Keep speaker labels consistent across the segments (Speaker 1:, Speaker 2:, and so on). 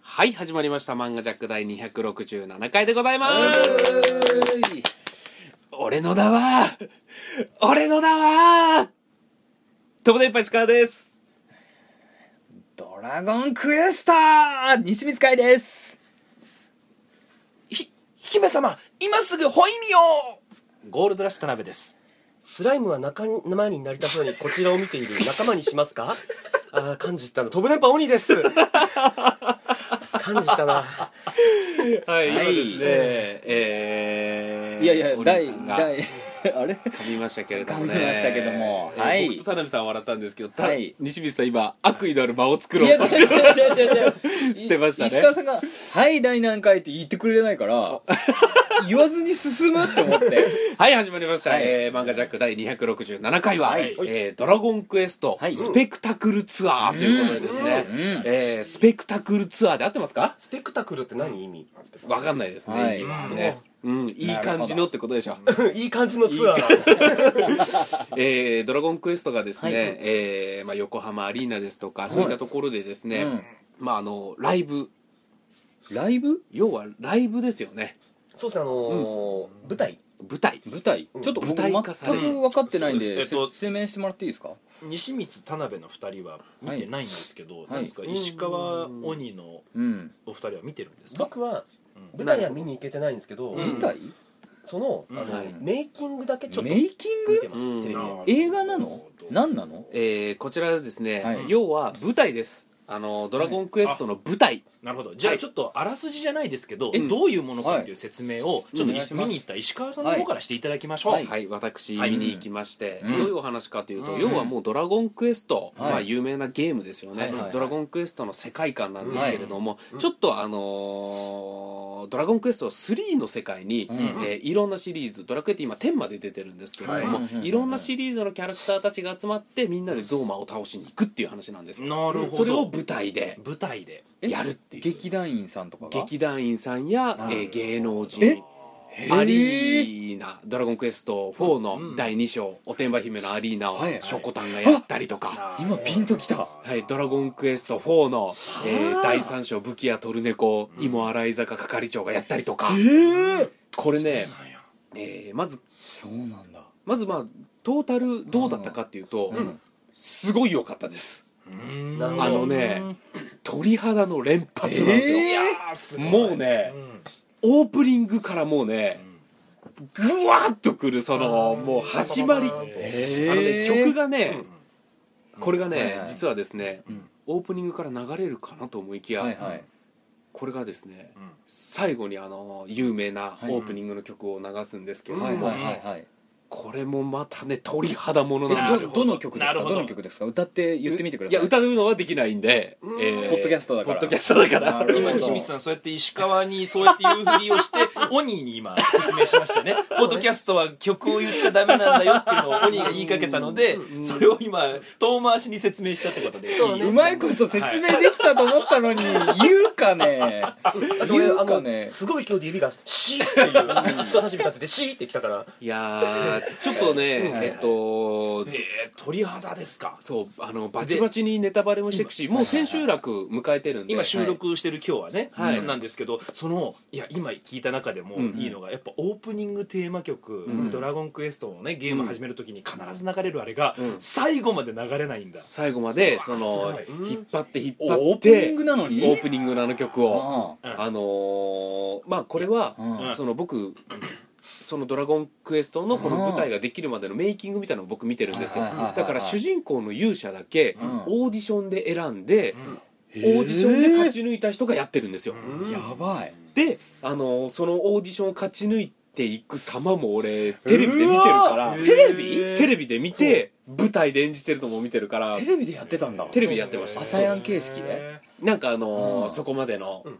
Speaker 1: はい始まりました「漫画ジャック」第267回でございま
Speaker 2: ー
Speaker 1: す俺の名は俺の名は友達いっぱい石川です
Speaker 2: ドラゴンクエスター西光海です
Speaker 3: ひ、姫様、今すぐホイミを
Speaker 4: ゴールドラッシュ田辺です
Speaker 5: スライムは仲間になりたそうにこちらを見ている仲間にしますかあー感じたの飛ぶ電波鬼です感じたな
Speaker 1: はい、
Speaker 2: はい
Speaker 1: 今ですねえー、
Speaker 2: いやいや
Speaker 1: お兄
Speaker 2: 第
Speaker 1: さんが
Speaker 2: 第あれ
Speaker 1: 噛みましたけれどもね
Speaker 2: 噛みましたけども
Speaker 1: えー
Speaker 2: はい
Speaker 1: 僕と田辺さんは笑ったんですけど、た
Speaker 2: はい
Speaker 1: 西光さん今悪意のある場を作
Speaker 2: い
Speaker 1: ろう
Speaker 2: や
Speaker 1: と
Speaker 2: 違う違う違う違う違う
Speaker 1: してましたね
Speaker 2: 石川さんが「はい第何回」って言ってくれないから言わずに進むって思って
Speaker 1: はい始まりました、
Speaker 2: はい
Speaker 1: えー漫画ジャック第267回は、
Speaker 2: はい
Speaker 1: えードラゴンクエスト、
Speaker 2: はい
Speaker 1: スペクタクルツアー」ということでですね、
Speaker 2: うんうん
Speaker 1: えースペクタクルツアーで合ってますか
Speaker 5: スペクタクルって何意味
Speaker 1: わかんないですね、
Speaker 2: はい
Speaker 1: 今はね、うん、いい感じのってことでしょ
Speaker 5: いい感じのツアーだ
Speaker 1: えードラゴンクエストがですね、
Speaker 2: はい
Speaker 1: えーまあ、横浜アリーナですとか、そういったところでですね、
Speaker 2: うん
Speaker 1: まああのライブ
Speaker 2: ライブ
Speaker 1: 要はライブですよね
Speaker 5: そうですねあのー舞台
Speaker 1: 舞台
Speaker 2: 舞台
Speaker 5: うん
Speaker 2: ちょっと僕
Speaker 1: 舞台
Speaker 2: 全
Speaker 1: 化される
Speaker 2: く分かってないんで
Speaker 3: そうですえっと
Speaker 2: せ説明してもらっていいですか
Speaker 3: 西光田辺の二人は見てないんですけど、
Speaker 2: い
Speaker 3: なんですか、石川鬼の
Speaker 2: うん
Speaker 3: お二人は見てるんですか、
Speaker 5: 僕は
Speaker 3: う
Speaker 5: 舞
Speaker 3: ん
Speaker 5: 台は見に行けてないんですけど、
Speaker 3: うん
Speaker 2: 舞台
Speaker 5: そのあ
Speaker 3: うん
Speaker 5: の、
Speaker 1: はい
Speaker 5: メイキングだけちょっと
Speaker 2: メイキン
Speaker 5: 見
Speaker 2: グ
Speaker 5: てます、
Speaker 1: うん
Speaker 5: テレビで
Speaker 2: 映画なの何なの
Speaker 1: えーこちらはですね、
Speaker 2: はい
Speaker 1: 要は舞台ですあのドラゴンクエストの舞台、
Speaker 3: なるほどじゃ
Speaker 1: は
Speaker 3: あ
Speaker 1: い
Speaker 3: ちょっとあらすじじゃないですけど、
Speaker 1: え
Speaker 3: どういうものかっていう説明をちょっと、
Speaker 2: お願いします
Speaker 3: 見に行った石川さんの方からしていただきましょう、
Speaker 2: はい
Speaker 1: はい、私
Speaker 3: はい
Speaker 1: 見に行きまして、
Speaker 2: うん
Speaker 1: どういうお話かというと、
Speaker 3: うん
Speaker 1: 要はもう「ドラゴンクエスト」
Speaker 2: はい
Speaker 1: まあ、有名なゲームですよね、
Speaker 2: はいはいはい
Speaker 1: ドラゴンクエスト」の世界観なんですけれども、ちょっとあのードラゴンクエスト3」の世界に、
Speaker 2: うん
Speaker 1: えーいろんなシリーズ「ドラクエ」って今10まで出てるんですけれども、
Speaker 2: はい
Speaker 1: い、ろんなシリーズのキャラクターたちが集まってみんなでゾーマを倒しに行くっていう話なんですよ
Speaker 3: なるほど
Speaker 1: それを舞台で
Speaker 3: 舞台で
Speaker 2: え
Speaker 1: やるっていう
Speaker 2: 劇団員さんとかが
Speaker 1: 劇団員さんや、
Speaker 2: はい
Speaker 1: えー芸能人
Speaker 2: え
Speaker 1: アリーナ「ドラゴンクエスト4」の第2章おてんば姫のアリーナを
Speaker 2: はいはい
Speaker 1: しょこたんがやったりとか、
Speaker 3: あー
Speaker 2: 今ピンときた
Speaker 1: はい「ドラゴンクエスト4の」えー第3章武器屋トルネコ芋洗坂係長がやったりとか、これね、えーまず
Speaker 2: そうなんだ
Speaker 1: まずまあトータルどうだったかっていうと、
Speaker 2: うん
Speaker 1: すごい良かったです
Speaker 3: うーん
Speaker 5: なるほど
Speaker 1: あのね鳥肌の連発なんですよ、
Speaker 2: え
Speaker 3: あーすごい
Speaker 1: もうね
Speaker 3: うん
Speaker 1: オープニングからもうねぐわっとくるそのもう始まりあのね、曲がね、これがね、
Speaker 2: はいはい
Speaker 1: 実はですね、
Speaker 2: うん
Speaker 1: オープニングから流れるかなと思いきや、
Speaker 2: はいはい
Speaker 1: これがですね、
Speaker 3: うん
Speaker 1: 最後にあの有名なオ
Speaker 2: い
Speaker 1: ープニングの曲を流すんですけれども、
Speaker 2: はいはいはいはい
Speaker 1: これもまたね鳥肌ものなん
Speaker 3: な
Speaker 1: で
Speaker 3: る
Speaker 1: す
Speaker 3: ほ
Speaker 1: よ
Speaker 2: どの曲です
Speaker 3: な
Speaker 2: か
Speaker 3: るほど
Speaker 2: どの曲ですか歌って言ってみてください
Speaker 1: いや歌うのはできないんで、
Speaker 5: うん
Speaker 2: ポッドキャストだから
Speaker 1: ポッドキャストだか
Speaker 2: な
Speaker 1: ら
Speaker 2: るほど
Speaker 3: 今西光さんそうやって石川にそうやって言うふりをして鬼に今説明しましたねポッドキャストは曲を言っちゃダメなんだよっていうのを鬼が言いかけたのでそれを今遠回しに説明したってことで
Speaker 5: そうね
Speaker 2: うまいこと説明できたと思ったのに、言うかね
Speaker 5: あと俺
Speaker 2: 言う
Speaker 5: あ
Speaker 2: か
Speaker 5: の、
Speaker 2: ね
Speaker 5: すごい今日で指がシーっていう人差し指立ててシーってきたから
Speaker 1: いやーちょっとね、
Speaker 2: はいはい
Speaker 1: えっと、
Speaker 3: えー鳥肌ですか
Speaker 1: そうあのバチバチにネタバレもしてくしもう千秋楽迎えてるんで
Speaker 3: 今収録してる今日はね、
Speaker 1: はい
Speaker 3: なんですけどそのいや今聞いた中でも
Speaker 1: うん
Speaker 3: いいのが、やっぱオープニングテーマ曲「
Speaker 1: うん
Speaker 3: ドラゴンクエスト」のねゲーム始める時に必ず流れるあれが、
Speaker 1: うん
Speaker 3: 最後まで流れないんだ
Speaker 1: 最後までその
Speaker 3: す
Speaker 5: ごい
Speaker 1: 引っ張って引っ張って
Speaker 2: オープニングなのに
Speaker 1: オープニングのあの曲を
Speaker 2: あ
Speaker 3: うん
Speaker 1: あのーまあこれは
Speaker 2: うん
Speaker 1: その僕その「ドラゴンクエスト」のこの舞台ができるまでのメイキングみたいなのを僕見てるんですよ
Speaker 2: はいはいはいはい
Speaker 1: だから主人公の勇者だけ
Speaker 2: うん
Speaker 1: オーディションで選んでオー
Speaker 2: ー
Speaker 1: ディションで勝ち抜いた人がやってるんですよ
Speaker 2: あやばい
Speaker 1: で、あのーそのオーディションを勝ち抜いていく様も俺テレビで見てるから
Speaker 3: うわ
Speaker 1: テレビ
Speaker 3: へー
Speaker 1: テレビで見て舞台で演じてるのも見てるから
Speaker 2: テレビでやってたんだ
Speaker 1: テレビでやってました
Speaker 2: 朝やん形式で
Speaker 1: なんかあのー
Speaker 2: うん
Speaker 1: そこまでの
Speaker 5: うん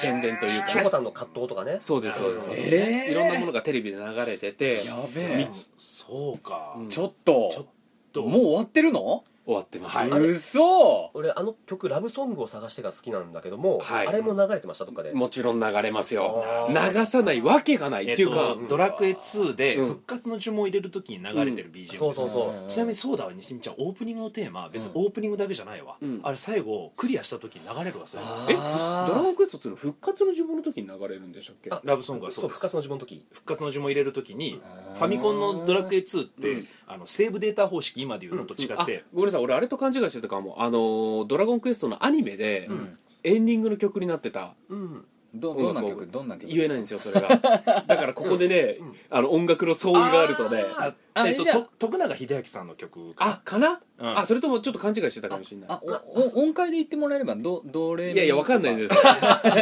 Speaker 1: 宣伝というか
Speaker 5: しょ
Speaker 1: ね
Speaker 5: こたんの葛藤とかね
Speaker 1: そうですそうです、
Speaker 2: えー
Speaker 1: いろんなものがテレビで流れてて
Speaker 2: やべえ
Speaker 3: そうか、
Speaker 1: うん
Speaker 2: ちょっ
Speaker 3: ちょっ
Speaker 2: と
Speaker 3: と
Speaker 2: もう終わってるの
Speaker 1: 終わってます、
Speaker 2: 嘘
Speaker 5: 俺あの曲「ラブソングを探して」が好きなんだけども、
Speaker 1: はい
Speaker 5: あれも流れてましたどっかで
Speaker 1: もちろん流れますよ
Speaker 5: あー
Speaker 1: 流さないわけがない、
Speaker 3: えっ
Speaker 1: っていうか、
Speaker 3: と、ドラクエ2で
Speaker 1: うん
Speaker 3: 復活の呪文を入れるときに流れてる BGM です、
Speaker 5: そうそうそう、
Speaker 3: ちなみにそうだわ西見ちゃんオープニングのテーマ別にオープニングだけじゃないわ、
Speaker 1: うん
Speaker 3: あれ最後クリアした時に流れるわそれ
Speaker 1: えド
Speaker 2: あー
Speaker 1: ラゴンクエスト2の復活の呪文の時に流れるんでしたっけ
Speaker 5: あ
Speaker 3: ラブソングはそ
Speaker 5: そうう
Speaker 3: で
Speaker 5: 復
Speaker 3: す
Speaker 5: 活の自分の時
Speaker 3: 復活の呪文を入れる時にファミコンのドラクエ2って、あのセーブデータ方式今でいうのと違
Speaker 1: あ
Speaker 3: って、
Speaker 1: ごめんなさい俺あれと勘違いしてたかもあのードラゴンクエスト」のアニメで、エンディングの曲になってた
Speaker 5: うん
Speaker 2: どどんな曲どんな曲
Speaker 1: 言えないんですよそ れがだからここでね、あの音楽の相違があるとね
Speaker 3: あーえっと
Speaker 2: あれじゃあ
Speaker 3: と徳永英明さんの曲か
Speaker 1: あかな、
Speaker 3: うん
Speaker 1: あそれともちょっと勘違いしてたかもしれない
Speaker 2: あおお音階で言ってもらえればどどれ
Speaker 1: いやいやわかんないん ですよ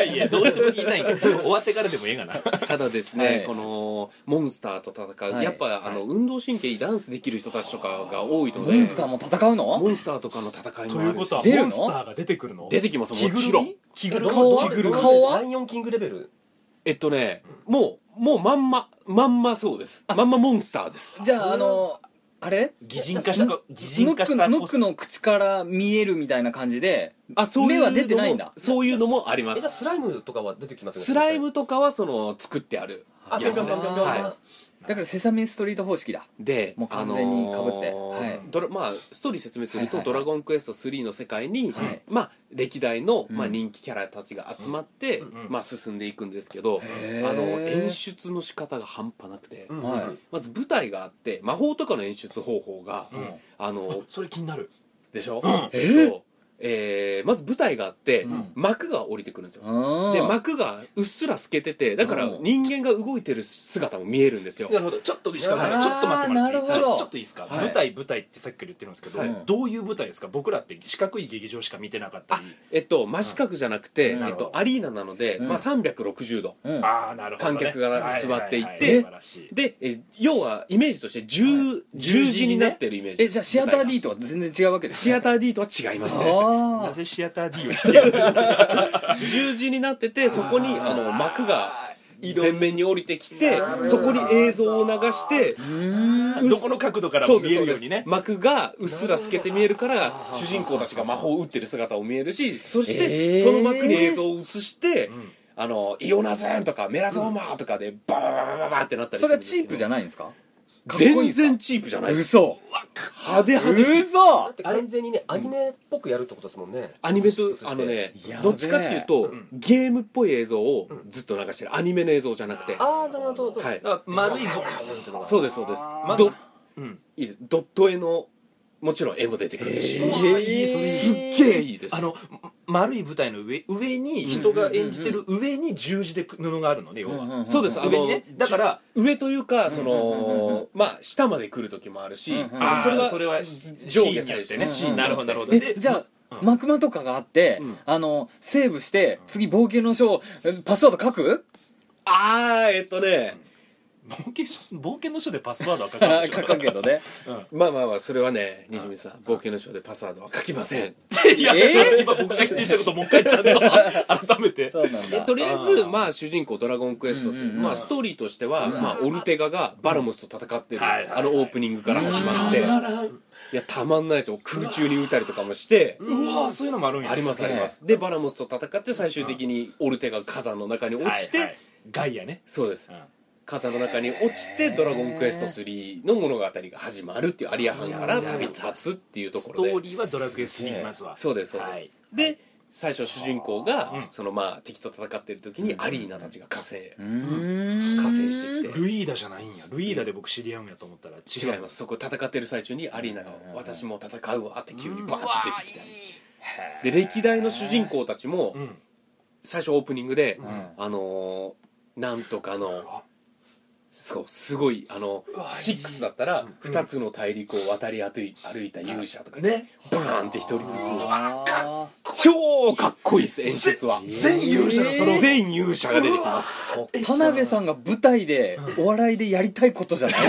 Speaker 3: いやどうしても言いたいんだけど終わってからでもええ がな
Speaker 1: ただですね、
Speaker 2: はい
Speaker 1: このモンスターと戦う、
Speaker 2: はい
Speaker 1: やっぱ、あの運動神経いいダンスできる人たちとかが多いの
Speaker 2: モ
Speaker 1: で
Speaker 2: ンスターも戦うの
Speaker 1: モンスターとかの戦いも
Speaker 3: と
Speaker 1: あ
Speaker 3: い
Speaker 1: る
Speaker 3: うことは
Speaker 2: 出るの
Speaker 3: モンスターが出てくるの
Speaker 1: 出てきますも
Speaker 3: 着ぐ
Speaker 1: ち
Speaker 3: る
Speaker 1: ろん
Speaker 3: み着ぐるみ
Speaker 2: 顔は
Speaker 3: 着ぐるみ
Speaker 2: 顔は
Speaker 5: ライオンキングレベル
Speaker 1: えっとねもうもうまんままんまそうですまんまモンスターです
Speaker 2: じゃああのあれ
Speaker 3: 擬人化した
Speaker 2: ム
Speaker 3: 擬人化した
Speaker 2: ムックムックの口から見えるみたいな感じで
Speaker 1: あそういうのも
Speaker 2: 目は出てないんだ
Speaker 1: そういうのもありま
Speaker 5: え
Speaker 1: す
Speaker 5: じゃあスライムとかは出てきますよね
Speaker 1: スライムとかはその作ってある
Speaker 5: あぴょんぴょんぴょんぴょんぴょん
Speaker 1: は
Speaker 2: だからセサミストリート方式だ
Speaker 1: で
Speaker 2: もう完全に被って
Speaker 1: あのー
Speaker 2: はい
Speaker 1: ドラまあ、ストーリー説明すると
Speaker 2: はいはい
Speaker 1: 「ド
Speaker 2: はい
Speaker 1: ラゴンクエスト3」の世界に、
Speaker 2: はい
Speaker 1: まあ、歴代の、まあ、
Speaker 2: うん
Speaker 1: 人気キャラたちが集まって、
Speaker 3: ん
Speaker 1: まあ、進んでいくんですけど
Speaker 2: へー
Speaker 1: あの演出の仕方が半端なくて、
Speaker 5: うん
Speaker 2: はい
Speaker 1: まず舞台があって魔法とかの演出方法が、
Speaker 3: うん
Speaker 1: あの
Speaker 3: それ気になる
Speaker 1: でしょ、
Speaker 3: ん
Speaker 1: えっとえーまず舞台があって、
Speaker 2: うん
Speaker 1: 幕が降りてくるんですよ、
Speaker 2: で
Speaker 1: で幕がうっすら透けててだから
Speaker 2: うん
Speaker 1: 人間が動いてる姿も見えるんですよ
Speaker 3: なるほどちょっとしか
Speaker 2: あー
Speaker 3: ちょっと待ってもらってい
Speaker 2: なる
Speaker 3: い
Speaker 2: ほど
Speaker 3: ちょちょっといいですか、
Speaker 2: はい
Speaker 3: 舞台舞台ってさっきから言ってるんですけど、
Speaker 2: はい
Speaker 3: どういう舞台ですか僕らって四角い劇場しか見てなかったり
Speaker 1: えっと真四角じゃなくて、
Speaker 2: うん
Speaker 1: えっと、アリーナなので、
Speaker 2: うん
Speaker 1: まあ、360度
Speaker 2: うん
Speaker 3: ああなるほど、ね、
Speaker 1: 観客が座っていて
Speaker 3: ははは素晴らしい
Speaker 1: でえ要はイメージとして十、十
Speaker 3: 十
Speaker 1: 字
Speaker 3: 字
Speaker 1: に
Speaker 3: にね
Speaker 1: なってるイメージ
Speaker 2: えじゃあシアター D
Speaker 1: み
Speaker 2: とは全然違うわけで
Speaker 1: たいな
Speaker 2: す
Speaker 1: シ
Speaker 2: ね
Speaker 1: アター D とは違いますね
Speaker 2: あ
Speaker 3: な
Speaker 2: あ
Speaker 3: ぜシアター D を引き上げました
Speaker 1: 十字になっててそこにあの幕が
Speaker 3: 色
Speaker 1: 前面に降りてきてそこに映像を流して
Speaker 3: どこの角度からも見えるようにね
Speaker 1: 幕がうっすら透けて見えるから主人公たちが魔法を打ってる姿を見えるしそし
Speaker 2: え
Speaker 1: て
Speaker 2: ー
Speaker 1: その幕に映像を映して、あのイオナズンとかメラゾーマーとかでババババババってなったりす
Speaker 2: それは
Speaker 1: るんです
Speaker 2: チ
Speaker 1: け
Speaker 2: ー
Speaker 1: ど
Speaker 2: プじゃないんですかかっこいい
Speaker 1: 全
Speaker 2: んですか
Speaker 1: 然チープじゃないです
Speaker 2: 嘘
Speaker 1: 派手派手し
Speaker 5: だ
Speaker 2: 嘘
Speaker 5: って完全にねアニメっぽくやるってことですもんね
Speaker 1: アニメとあのね
Speaker 2: やべえ
Speaker 1: どっちかっていうと
Speaker 3: ん
Speaker 1: ゲームっぽい映像をずっと流してるアニメの映像じゃなくて
Speaker 5: ああなるほどなるほど
Speaker 1: はい
Speaker 3: だから丸い棒
Speaker 1: そうですそうです
Speaker 3: まず
Speaker 1: ド,、
Speaker 3: うん
Speaker 1: いいですドット絵のもちろん絵も出てくるし
Speaker 2: へー
Speaker 1: うわいいそれすっげえいいです
Speaker 3: あのま丸い舞台の上上に人が演じてる上に十字で布があるのね要は、
Speaker 1: そうですあ
Speaker 3: 上
Speaker 1: の
Speaker 3: にねだから
Speaker 1: 上というかそ
Speaker 2: うんうんうんうん
Speaker 1: のまあ下まで来る時もあるし、
Speaker 2: うんうん
Speaker 1: そ
Speaker 3: あー
Speaker 1: それは
Speaker 3: それは
Speaker 1: 上下左右してね
Speaker 2: シーンによってね
Speaker 3: なるほどなるほど
Speaker 2: え
Speaker 3: で
Speaker 2: じゃあマクマとかがあって
Speaker 1: うん
Speaker 2: あのセーブして次冒険の書をえパスワード書く
Speaker 1: ああえっとね
Speaker 3: 冒険書冒険の書でパスワードは書かないでしょ
Speaker 2: 書くけどね
Speaker 1: まあまあまあそれはね西水さん冒険の書でパスワードは書きません
Speaker 3: いや、
Speaker 2: え
Speaker 3: 今僕が否定したこともう一回ちゃんと改めて
Speaker 2: そうなん
Speaker 1: え
Speaker 2: だ
Speaker 1: とりあえずまあ主人公ドラゴンクエスト、
Speaker 2: うんうんうん
Speaker 1: まあ、ストーリーとしては、まあ、オルテガがバラモスと戦ってる、
Speaker 3: はいはいはい
Speaker 1: あのオープニングから始まって、いやたまんないですよ空中に打たりとかもして、
Speaker 3: うわそういうのもあるんや
Speaker 1: ありますありますでバラモスと戦って最終的にオルテガが火山の中に落ちて、
Speaker 3: はいはいガイアね
Speaker 1: そうです
Speaker 3: うん
Speaker 1: 火山の中に落ちて「ドラゴンクエスト3」の物語が始まるっていうアリアハンから旅立つっていうとこ
Speaker 3: ス
Speaker 1: ろ
Speaker 3: ト
Speaker 1: で
Speaker 3: ーリーはドラクエ3まずは
Speaker 1: そうですそうです、
Speaker 3: はい
Speaker 1: で最初主人公が、
Speaker 3: うん
Speaker 1: そのまあ敵と戦ってる時にアリーナたちが火星、
Speaker 2: うーん
Speaker 1: 加勢してきて
Speaker 3: ルイーダじゃないんやルイーダで僕知り合うんやと思ったら違う
Speaker 1: 違いますそこ戦ってる最中にアリーナが「私も戦うわ」って急にバーって出てきたで歴代の主人公たちも
Speaker 3: うん
Speaker 1: 最初オープニングで
Speaker 2: ん
Speaker 1: あのーなんとかのそうすごいあの6だったら2つの大陸を渡り歩い歩いた勇者とかねバーンって1人ず
Speaker 2: あ
Speaker 1: つ超かっこいいです演出は
Speaker 3: 全勇者がその
Speaker 1: 全勇者が出てきます
Speaker 2: ー田辺さんが舞台でお笑いでやりたいことじゃない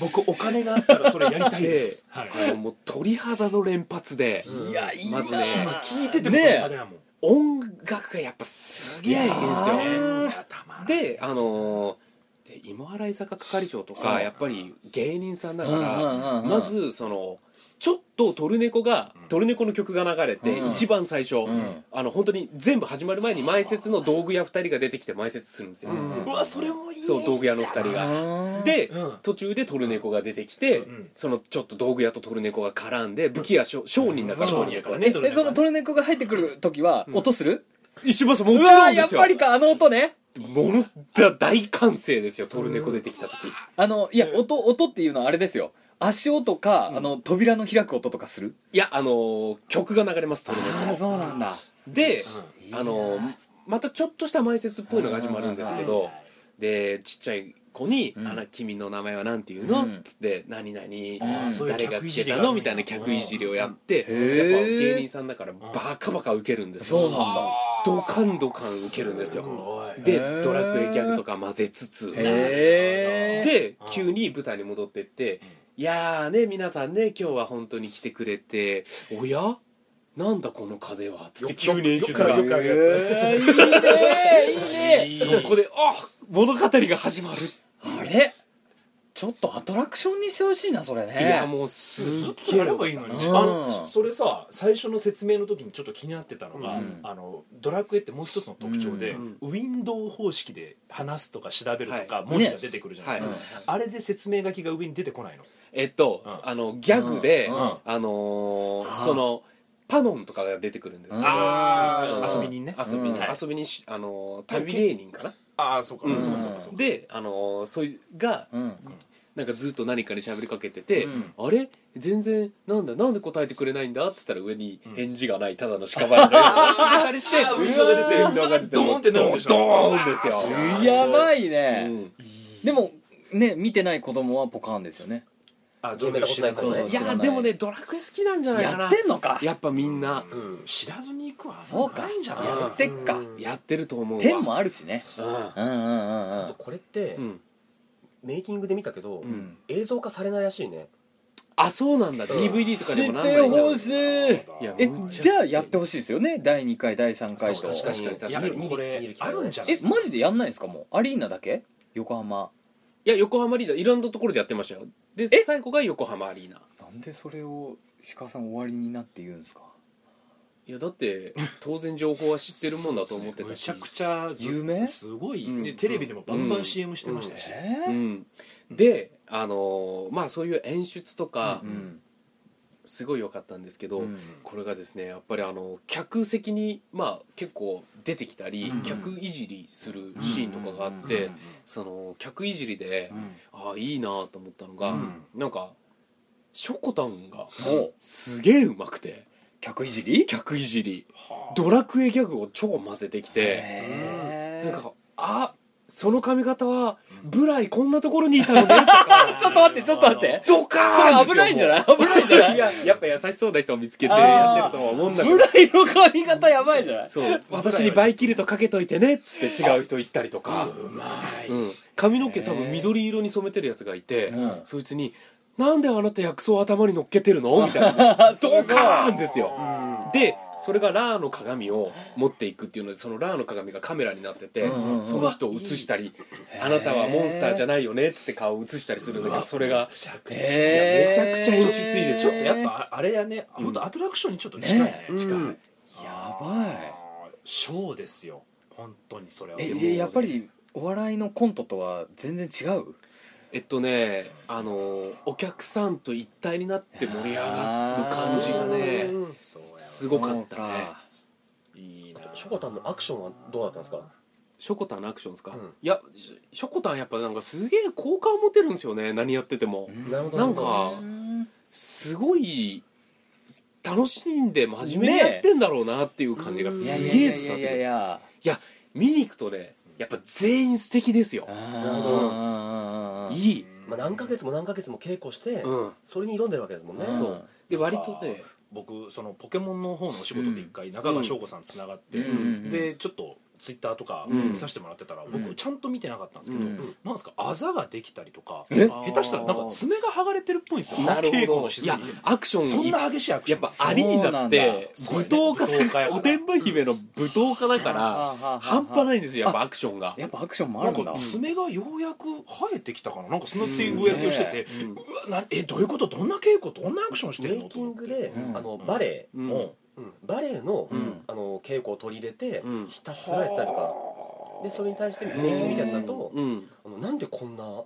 Speaker 3: 僕お金があったらそれやりたい です
Speaker 1: で
Speaker 3: はい
Speaker 1: あのもう鳥肌の連発で
Speaker 2: いやいい
Speaker 1: まずね
Speaker 3: 今聞いてても
Speaker 2: ねえ
Speaker 3: あれやもん
Speaker 1: 音楽がやっぱすげえいいんですよ
Speaker 3: ねえ頭
Speaker 1: であのーで芋洗坂係長とかやっぱり芸人さんだか
Speaker 2: うんうんうん
Speaker 1: ら
Speaker 2: うん
Speaker 1: まずそのちょっとトルネコがトルネコの曲が流れて
Speaker 2: うん
Speaker 1: 一番最初
Speaker 2: ん
Speaker 1: あの本当に全部始まる前に前説の道具屋2人が出てきて前説するんですよ
Speaker 5: うん
Speaker 3: うわそれもいい
Speaker 1: そう道具屋の2人がで
Speaker 3: うん
Speaker 1: 途中でトルネコが出てきて
Speaker 3: ん
Speaker 1: そのちょっと道具屋とトルネコが絡んで武器屋商商人だから
Speaker 3: 商人だからね
Speaker 2: え
Speaker 3: トルネコ
Speaker 2: えそのトルネコが入ってくる時は音する、
Speaker 1: 一しますも
Speaker 2: う
Speaker 1: ち
Speaker 2: わ
Speaker 1: ろん
Speaker 2: ー
Speaker 1: で
Speaker 2: やっ
Speaker 1: すよ
Speaker 2: ぱりかあの音ね
Speaker 1: ものすだ大歓声ですよトルネコ出てきた時
Speaker 2: あのいや音音っていうのはあれですよ足音か、あの扉の開く音とかする
Speaker 1: いやあのー曲が流れますトルネコの
Speaker 2: そうなんだ
Speaker 1: で、あのまたちょっとした前説っぽいのが始まるんですけどでちっちゃい子に「
Speaker 2: うん
Speaker 1: あら君の名前はなんていうの?」
Speaker 2: うん
Speaker 1: っつって「何々
Speaker 2: あそういう
Speaker 1: 誰がつけた
Speaker 3: 客いじりがあるん
Speaker 1: の?」
Speaker 3: や
Speaker 1: みたいな客いじりをやってやっぱ
Speaker 2: へえ
Speaker 1: 芸人さんだからバカバカウケるんです
Speaker 2: そうなん
Speaker 1: よ
Speaker 2: だ
Speaker 1: ドカンドカンウケるんですよ
Speaker 3: おい
Speaker 1: で
Speaker 2: へえ
Speaker 1: ドラクエギャグとか混ぜつつ
Speaker 2: へえ
Speaker 1: で急に舞台に戻ってって「いやーね皆さんね今日は本当に来てくれておやなんだこの風は」つって急に演出が
Speaker 5: よくあるよくあるやつ
Speaker 2: いいねいいね
Speaker 1: そこであ物語が始まる、
Speaker 2: あれちょっとアトラクションにしてほしいなそれね
Speaker 1: いやもうすっ
Speaker 3: ずっと
Speaker 1: げえ
Speaker 3: やればいいのに
Speaker 2: うん
Speaker 3: あのそれさ最初の説明の時にちょっと気になってたのが、
Speaker 2: うん
Speaker 3: あのドラクエってもう一つの特徴で、
Speaker 1: うん
Speaker 3: ウィンドウ方式で話すとか調べるとか、文字が出てくるじゃないですか、
Speaker 1: ね
Speaker 3: あれで説明書きが上に出てこないの
Speaker 1: えっと、
Speaker 3: うん
Speaker 1: あのギャグで、
Speaker 2: うん
Speaker 1: あのーそのパノンとかが出てくるんですけど、
Speaker 2: うん
Speaker 3: あー
Speaker 1: その
Speaker 3: 遊び人ね
Speaker 1: 遊び人、
Speaker 2: うん
Speaker 1: 遊び人しあのー旅芸人かな、
Speaker 3: ああそうか、
Speaker 1: うん
Speaker 3: そうかそうかそうか
Speaker 1: であのーそういうが
Speaker 2: うん
Speaker 1: なんかずっと何かに喋りかけてて、
Speaker 2: うん
Speaker 1: あれ全然なんだなんで答えてくれないんだっつったら上に
Speaker 3: うん
Speaker 1: 返事がないただの屍で、あれ して
Speaker 3: あーウィンドウが出てる
Speaker 1: ウィンドウが出て
Speaker 3: ドーンってなるでしょ
Speaker 1: ドーンですよ
Speaker 2: うんやばいね、
Speaker 1: うん
Speaker 2: でもね見てない子供はポカーンですよね
Speaker 3: あドラクエ知らない
Speaker 5: そうそう
Speaker 1: い
Speaker 2: 知らな
Speaker 1: や
Speaker 2: い
Speaker 1: でもねドラクエ好きなんじゃないか
Speaker 2: や
Speaker 1: な
Speaker 2: ってんのか
Speaker 1: やっぱみんな
Speaker 3: うん知らずに行くわ
Speaker 2: そうか
Speaker 3: ないんじゃない
Speaker 2: やってっか
Speaker 5: い
Speaker 1: やってると思うわ
Speaker 2: 天もあるしね
Speaker 1: う
Speaker 2: うんうんうんうん
Speaker 5: これって
Speaker 1: んうん
Speaker 5: メイキングで見たけど
Speaker 1: ん
Speaker 5: 映像化されないらしいね
Speaker 1: あそうなんだ
Speaker 5: うん
Speaker 1: DVD とかでも
Speaker 2: 知っ
Speaker 1: 何
Speaker 2: て
Speaker 1: 枚
Speaker 2: ほ
Speaker 1: も
Speaker 2: しいえ
Speaker 1: いやむちゃくちゃ
Speaker 2: じゃあやってほしいですよね第2回第3回
Speaker 3: そ
Speaker 2: と
Speaker 3: う
Speaker 5: 確かに
Speaker 1: 確かに
Speaker 5: 確かに
Speaker 3: いやこれあるんじゃない
Speaker 2: えマジでやんないんですかもうアリーナだけ横浜
Speaker 1: いや横浜アリーナいろんなところでやってましたよで
Speaker 2: え
Speaker 1: 最後が横浜アリーナ
Speaker 2: なんでそれを鹿さん終わりになって言うんですか
Speaker 1: いやだって当然情報は知ってるもんだと思ってたし
Speaker 3: そうですねむちゃくちゃ
Speaker 2: 有名
Speaker 3: すごい、
Speaker 1: うん
Speaker 3: ねテレビでもバンバ
Speaker 1: う
Speaker 3: ン
Speaker 1: ん
Speaker 3: CM してましたし、
Speaker 2: え
Speaker 1: う
Speaker 2: ー
Speaker 1: んであのーまあそういう演出とか
Speaker 2: うん
Speaker 1: すごい良かったんですけど、
Speaker 2: うん
Speaker 1: これがですねやっぱりあの客席にまあ結構出てきたり、
Speaker 2: うん
Speaker 1: 客いじりするシーンとかがあって、
Speaker 2: うんうんうん
Speaker 1: その客いじりで、
Speaker 2: うん
Speaker 1: ああいいなと思ったのが、
Speaker 2: うん
Speaker 1: なんかしょこたんが
Speaker 2: おう
Speaker 1: すげえうまくて
Speaker 2: 客いじり
Speaker 1: 客いじり
Speaker 3: はあ
Speaker 1: ドラクエギャグを超混ぜてきて
Speaker 2: へ
Speaker 1: なん
Speaker 2: ー
Speaker 1: かあその髪型はブライこんなところにいたのねとか
Speaker 2: ちょっと待ってちょっと待って
Speaker 1: ドカーン
Speaker 2: それ危ないんじゃない危ないんじゃない
Speaker 1: いややっぱ優しそうな人を見つけてやってるとは思うんだけど
Speaker 2: フライの髪型や ばいじゃない
Speaker 1: そう私にバイキルトかけといてねっつって違う人行ったりとか、
Speaker 3: うまい
Speaker 1: うん、髪の毛多分緑色に染めてるやつがいて、
Speaker 2: うん
Speaker 1: そいつに「なんであなた薬草を頭に乗っけてるの?」みたい なドカーンですよでそれがラーの鏡を持っていくっていうのでそのラーの鏡がカメラになってて、
Speaker 2: うんうんうん
Speaker 1: その人を映したり「あなたはモンスターじゃないよね」っつって顔を映したりするんだけどそれが
Speaker 3: めちゃくちゃ
Speaker 2: へー
Speaker 1: いやめちゃくちゃ演出いいです
Speaker 3: ちょ
Speaker 1: よ
Speaker 3: っとやっぱあれやね、本当アトラクションにちょっと近いね
Speaker 5: ね
Speaker 3: 近い、
Speaker 5: うん
Speaker 2: やばい
Speaker 3: ショーですよ本当にそれは
Speaker 2: え
Speaker 3: もう
Speaker 2: でやっぱりお笑いのコントとは全然違う
Speaker 1: えっとねあのーお客さんと一体になって盛り上がる感じがね
Speaker 5: うん
Speaker 3: そうやわ
Speaker 1: すごかったね
Speaker 3: いいな
Speaker 5: しょこたんのアクションはどうだったんですか
Speaker 1: ショコタンのアクションですか、
Speaker 5: うん
Speaker 1: いやしショコタンやっぱなんかすげえ好感を持てるんですよね何やってても
Speaker 2: ん
Speaker 5: なるほど
Speaker 1: なん
Speaker 2: そう
Speaker 1: か
Speaker 2: かうん
Speaker 1: すごい楽しんで真面目にやってんだろうなっていう感じがす
Speaker 2: い
Speaker 1: げ
Speaker 2: やいや
Speaker 1: え伝わっ
Speaker 2: い
Speaker 1: てく
Speaker 2: やい
Speaker 1: る
Speaker 2: やい
Speaker 1: い
Speaker 2: や
Speaker 1: や見に行くとねやっぱ全員素敵ですよ
Speaker 2: あー
Speaker 1: いい
Speaker 5: まあ何ヶ月も何ヶ月も稽古して
Speaker 1: うん
Speaker 5: それに挑んでるわけですもんね
Speaker 2: ん
Speaker 1: そうで割とね
Speaker 3: 僕そのポケモンの方のお仕事で一回中川翔子さんつながって、
Speaker 2: うん
Speaker 3: でちょっとツイッターとか
Speaker 1: うん
Speaker 3: 見させてもらってたら、
Speaker 2: う
Speaker 3: 僕
Speaker 2: ん
Speaker 3: ちゃんと見てなかったんですけど、
Speaker 2: うん
Speaker 3: なんですかあざができたりとか
Speaker 1: え
Speaker 3: 下手したらなんか爪が剥がれてるっぽいんですよ
Speaker 1: なる
Speaker 3: 稽古
Speaker 1: ほど
Speaker 3: の
Speaker 1: い
Speaker 3: しすぎ
Speaker 1: や
Speaker 3: で
Speaker 1: アクション
Speaker 3: そん
Speaker 1: い
Speaker 3: な激しいアクシ
Speaker 1: や
Speaker 3: ョ
Speaker 1: っ
Speaker 3: ン
Speaker 1: ぱアリーナって
Speaker 3: そう
Speaker 1: 舞
Speaker 3: なんだ
Speaker 1: 踏
Speaker 3: そうだね舞踏家や
Speaker 1: 家
Speaker 3: から
Speaker 1: おてんば姫の舞踏家だから
Speaker 2: ら
Speaker 1: 半端ないんですよやっぱアクションが
Speaker 2: やっぱアクションもあ
Speaker 3: な
Speaker 2: る
Speaker 3: ん
Speaker 2: ん
Speaker 3: か
Speaker 2: だ
Speaker 3: 爪がようやく生えてきたかななんかそのついぐやきをしてて、
Speaker 1: うん
Speaker 3: うわなえどういうことどんな稽古どんなアクションして
Speaker 5: メ
Speaker 3: るの
Speaker 5: イキングで、
Speaker 2: うん
Speaker 5: あのバレ
Speaker 1: う
Speaker 3: うんん
Speaker 5: エ、うんバレエの,、
Speaker 2: うん
Speaker 5: あの稽古を取り入れて、
Speaker 1: うん
Speaker 5: ひたすらやったりとかでそれに対してメイキングみたいなやつだと、
Speaker 1: うん
Speaker 5: あのなんでこんな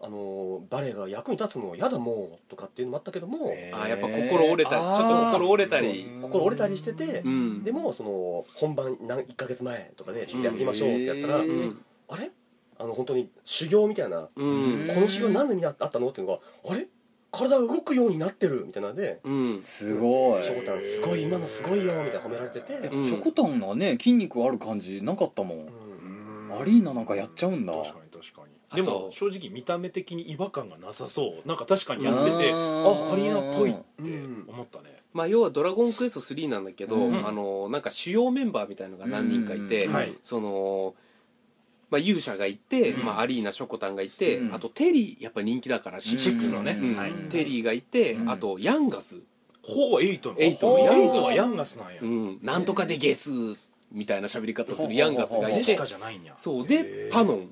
Speaker 5: あのバレエが役に立つのやだもうとかっていうのもあったけども、
Speaker 1: あーやっぱ心折れたちょっと心折れたり
Speaker 5: 心折れたりしてて、
Speaker 1: うん
Speaker 5: でもその本番何1か月前とかでちょっとやってみましょうってやったら、
Speaker 2: うん
Speaker 1: うん
Speaker 5: あれあの本当に修行みたいな、
Speaker 1: うん
Speaker 5: この修行何の意味あったのっていうのがあれ体が動くようになってるみたいなので
Speaker 1: うん
Speaker 2: すごい
Speaker 5: 「しょこたんすごい今のすごいよ」みたいな褒められてて、
Speaker 1: うん
Speaker 2: チョコタンがね筋肉ある感じなかったもん
Speaker 5: うん
Speaker 3: うん
Speaker 2: アリーナなんかやっちゃうんだ
Speaker 3: 確かに確か
Speaker 1: あ
Speaker 3: に
Speaker 1: と
Speaker 3: でも正直見た目的に違和感がなさそうなんか確かにやってて
Speaker 2: う
Speaker 3: あ
Speaker 2: ん
Speaker 3: アリーナっぽいって思ったね
Speaker 1: まあ要は「ドラゴンクエスト3」なんだけど、
Speaker 2: うん
Speaker 1: あのなんか主要メンバーみたいのが何人かいて、
Speaker 2: うん
Speaker 3: はい
Speaker 1: その、まあ、勇者がいて、
Speaker 3: うん
Speaker 1: まあ、アリーナショコタンがいて、
Speaker 2: うん
Speaker 1: あとテリーやっぱ人気だからシックスのね、
Speaker 2: うん
Speaker 1: うん
Speaker 2: はい
Speaker 1: テリーがいて、
Speaker 2: うん
Speaker 1: あとヤンガス、
Speaker 3: ほうエイトの
Speaker 1: エイト
Speaker 3: ほう
Speaker 1: ヤンガス
Speaker 3: エイトはヤンガスなんや
Speaker 1: うんなんとかでゲスみたいな喋り方するヤンガスが
Speaker 2: うん
Speaker 1: い
Speaker 3: ゼシ
Speaker 1: て
Speaker 3: カじゃないんや
Speaker 1: そうでパノン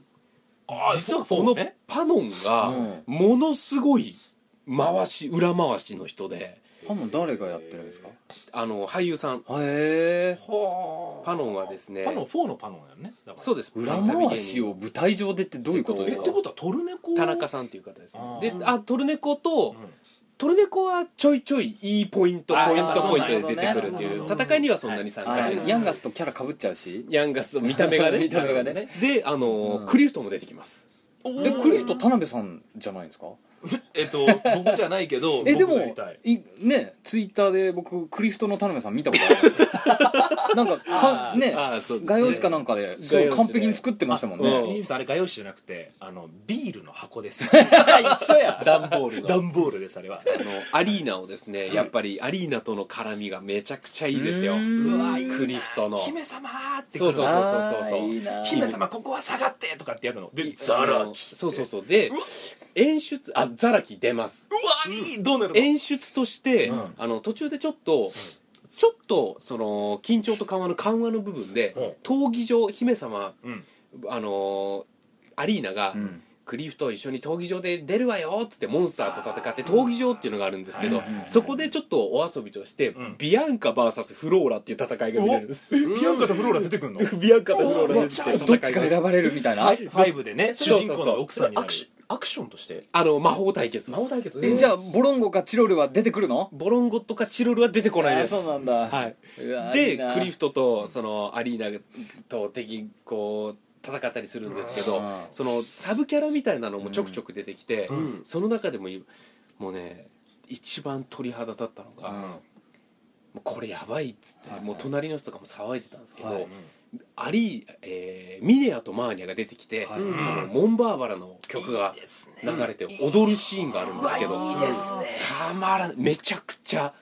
Speaker 3: あー実は
Speaker 1: こ
Speaker 3: こ
Speaker 1: の
Speaker 3: のね
Speaker 1: パノンが
Speaker 2: うん
Speaker 1: ものすごい回し裏回しの人で
Speaker 2: パンの誰がやってるんですか
Speaker 1: あの俳優さん
Speaker 2: へえ
Speaker 1: パノンはですね
Speaker 3: パノン4のパノンやねだから
Speaker 1: そうです
Speaker 2: 裏回しを舞台上でってどういうことで
Speaker 3: えっ
Speaker 2: す
Speaker 3: て
Speaker 2: か
Speaker 3: ことはトルネコ
Speaker 1: 田中さんっていう方です
Speaker 3: あ
Speaker 1: ね
Speaker 3: ー
Speaker 1: であトルネコと、
Speaker 3: うん
Speaker 1: トルネコはちょいちょいいいポイント
Speaker 2: あー
Speaker 1: ポイン
Speaker 2: やっ
Speaker 1: ト
Speaker 2: ぱそ
Speaker 1: ポ
Speaker 2: う
Speaker 1: イン
Speaker 2: な
Speaker 1: ト
Speaker 2: んだ
Speaker 1: で出てくるっていう
Speaker 3: なるほど
Speaker 1: 戦いにはそんなに参加
Speaker 2: あ
Speaker 1: しない
Speaker 2: ヤンガスとキャラかぶっちゃうし
Speaker 1: ヤンガスの見た目がね
Speaker 2: 見た目がね
Speaker 1: であのー
Speaker 2: うん
Speaker 1: クリフトも出てきます
Speaker 2: えクリフト田辺さんじゃないですか
Speaker 3: えっと僕じゃないけど
Speaker 2: えでも
Speaker 3: 僕が言いたい
Speaker 2: いねツイッターで僕クリフトの田辺さん見たことあるなんかかね
Speaker 1: あーそうですね
Speaker 2: 画用紙かなんかで
Speaker 1: 紙
Speaker 2: すごい
Speaker 1: で
Speaker 2: 完璧に作ってましたもんね
Speaker 1: う
Speaker 3: あ
Speaker 1: ん
Speaker 3: リーフさんあれ画用紙じゃなくてあのビールの箱です
Speaker 2: 一緒や
Speaker 1: ダンボール
Speaker 3: ダ
Speaker 1: の
Speaker 3: ンボールですあれは
Speaker 1: あのアリーナをですねやっぱりアリーナとの絡みがめちゃくちゃいいですよ
Speaker 2: うーん
Speaker 1: うわいいなクリフトの
Speaker 3: 姫様ーって
Speaker 1: そうそうそうそう
Speaker 2: あ
Speaker 1: そう
Speaker 2: ーいいな
Speaker 3: 姫様ここは下がってとかってやるので
Speaker 1: い
Speaker 3: ザ
Speaker 1: あ
Speaker 3: ラ
Speaker 1: の
Speaker 3: キ
Speaker 1: そうそうそうで演出あザラキ出ます
Speaker 3: うわいいどうなるの
Speaker 1: 演出として、
Speaker 3: うん
Speaker 1: あの途中でちょっと、ちょっとその緊張と緩和の緩和の部分で、
Speaker 3: うん
Speaker 1: 闘技場姫様
Speaker 3: うん
Speaker 1: あのーアリーナが、
Speaker 2: うん
Speaker 1: クリフと一緒に闘技場で出るわよっつってモンスターと戦って闘技場っていうのがあるんですけど、
Speaker 3: はいはいはい
Speaker 1: そこでちょっとお遊びとして、
Speaker 3: うん
Speaker 1: ビアンカ VS フローラっていう戦いが見れるんです
Speaker 3: えピアンカとフローラ出てくる の
Speaker 1: ビアンカとフローラで戦います
Speaker 2: どっちか選ばれるみたいな
Speaker 3: ファイブでね主人公の奥さんにな
Speaker 5: ア
Speaker 3: る
Speaker 5: クシアクションとして
Speaker 1: あの魔法対決
Speaker 5: 魔王対決
Speaker 2: えじゃあボロンゴかチロルは出てくるの
Speaker 1: ボロンゴとかチロルは出てこないです
Speaker 2: あーそうなんだ
Speaker 1: はいう
Speaker 2: わい
Speaker 1: で
Speaker 2: いな
Speaker 1: クリフトとそのアリーナと敵こう戦ったりするんですけど
Speaker 2: うん
Speaker 1: そのサブキャラみたいなのもちょくちょく出てきて、
Speaker 5: ん
Speaker 1: その中でもいもうね一番鳥肌立ったのが、
Speaker 2: うん
Speaker 1: もうこれやばいっつって、
Speaker 2: はいはい
Speaker 1: もう隣の人とかも騒いでたんですけど、
Speaker 2: はい
Speaker 1: アリー、えーミネアとマーニャが出てきて、
Speaker 2: はい
Speaker 5: うん
Speaker 1: あのモンバーバラの曲が流れて踊るシーンがあるんですけど
Speaker 5: いいですね
Speaker 1: たまらんめちゃくちゃ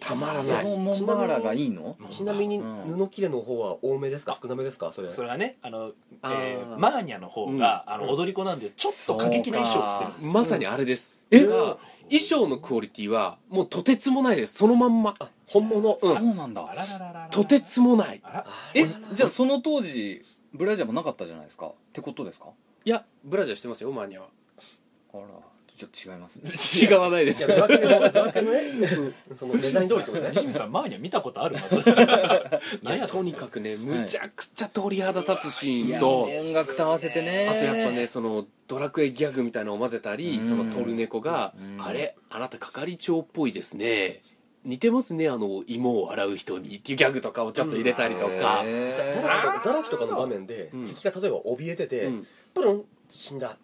Speaker 1: たまらない
Speaker 2: このモンバーラがいいの
Speaker 5: ちなみに
Speaker 2: うん
Speaker 5: 布切れの方は多めですか少なめですかそれ
Speaker 3: それはねあの
Speaker 1: あ
Speaker 3: え
Speaker 1: ー
Speaker 3: ーマーニャの方があの踊り子なんでちょっと過激な衣装を着てる
Speaker 1: まさにあれです
Speaker 5: え
Speaker 1: ただ衣装のクオリティはもうとてつもないですそのまんま
Speaker 5: 本物
Speaker 1: うん
Speaker 2: そうなんだ
Speaker 3: あららららら
Speaker 1: とてつもない
Speaker 3: あら
Speaker 2: えじゃあその当時ブラジャーもなかったじゃないですかってことですか
Speaker 1: いやブラジャーしてますよマーニャは
Speaker 2: あらちょっと違いますね
Speaker 1: 違わないで
Speaker 5: いや
Speaker 1: す
Speaker 5: ドラクエのドラクエのねそのデザイン通りってこと ね
Speaker 3: 西水さんマーニャ見たことあるまず
Speaker 1: いやとにかくねむちゃくちゃ鳥肌立つシーンと
Speaker 2: 音楽と合わせてね
Speaker 1: あとやっぱねそのドラクエギャグみたいなのを混ぜたり
Speaker 2: うん
Speaker 1: そのトルネコが
Speaker 2: う
Speaker 1: 「
Speaker 2: ん
Speaker 1: あれあなた係長っぽいですね似てますねあの芋を洗う人に」っていうギャグとかをちょっと入れたりとか
Speaker 2: へ
Speaker 5: ザ
Speaker 2: ー
Speaker 5: ザラキとかザラキとかの場面で
Speaker 1: うん
Speaker 5: 敵が例えば怯えてて、
Speaker 1: うん
Speaker 5: プルン死んだ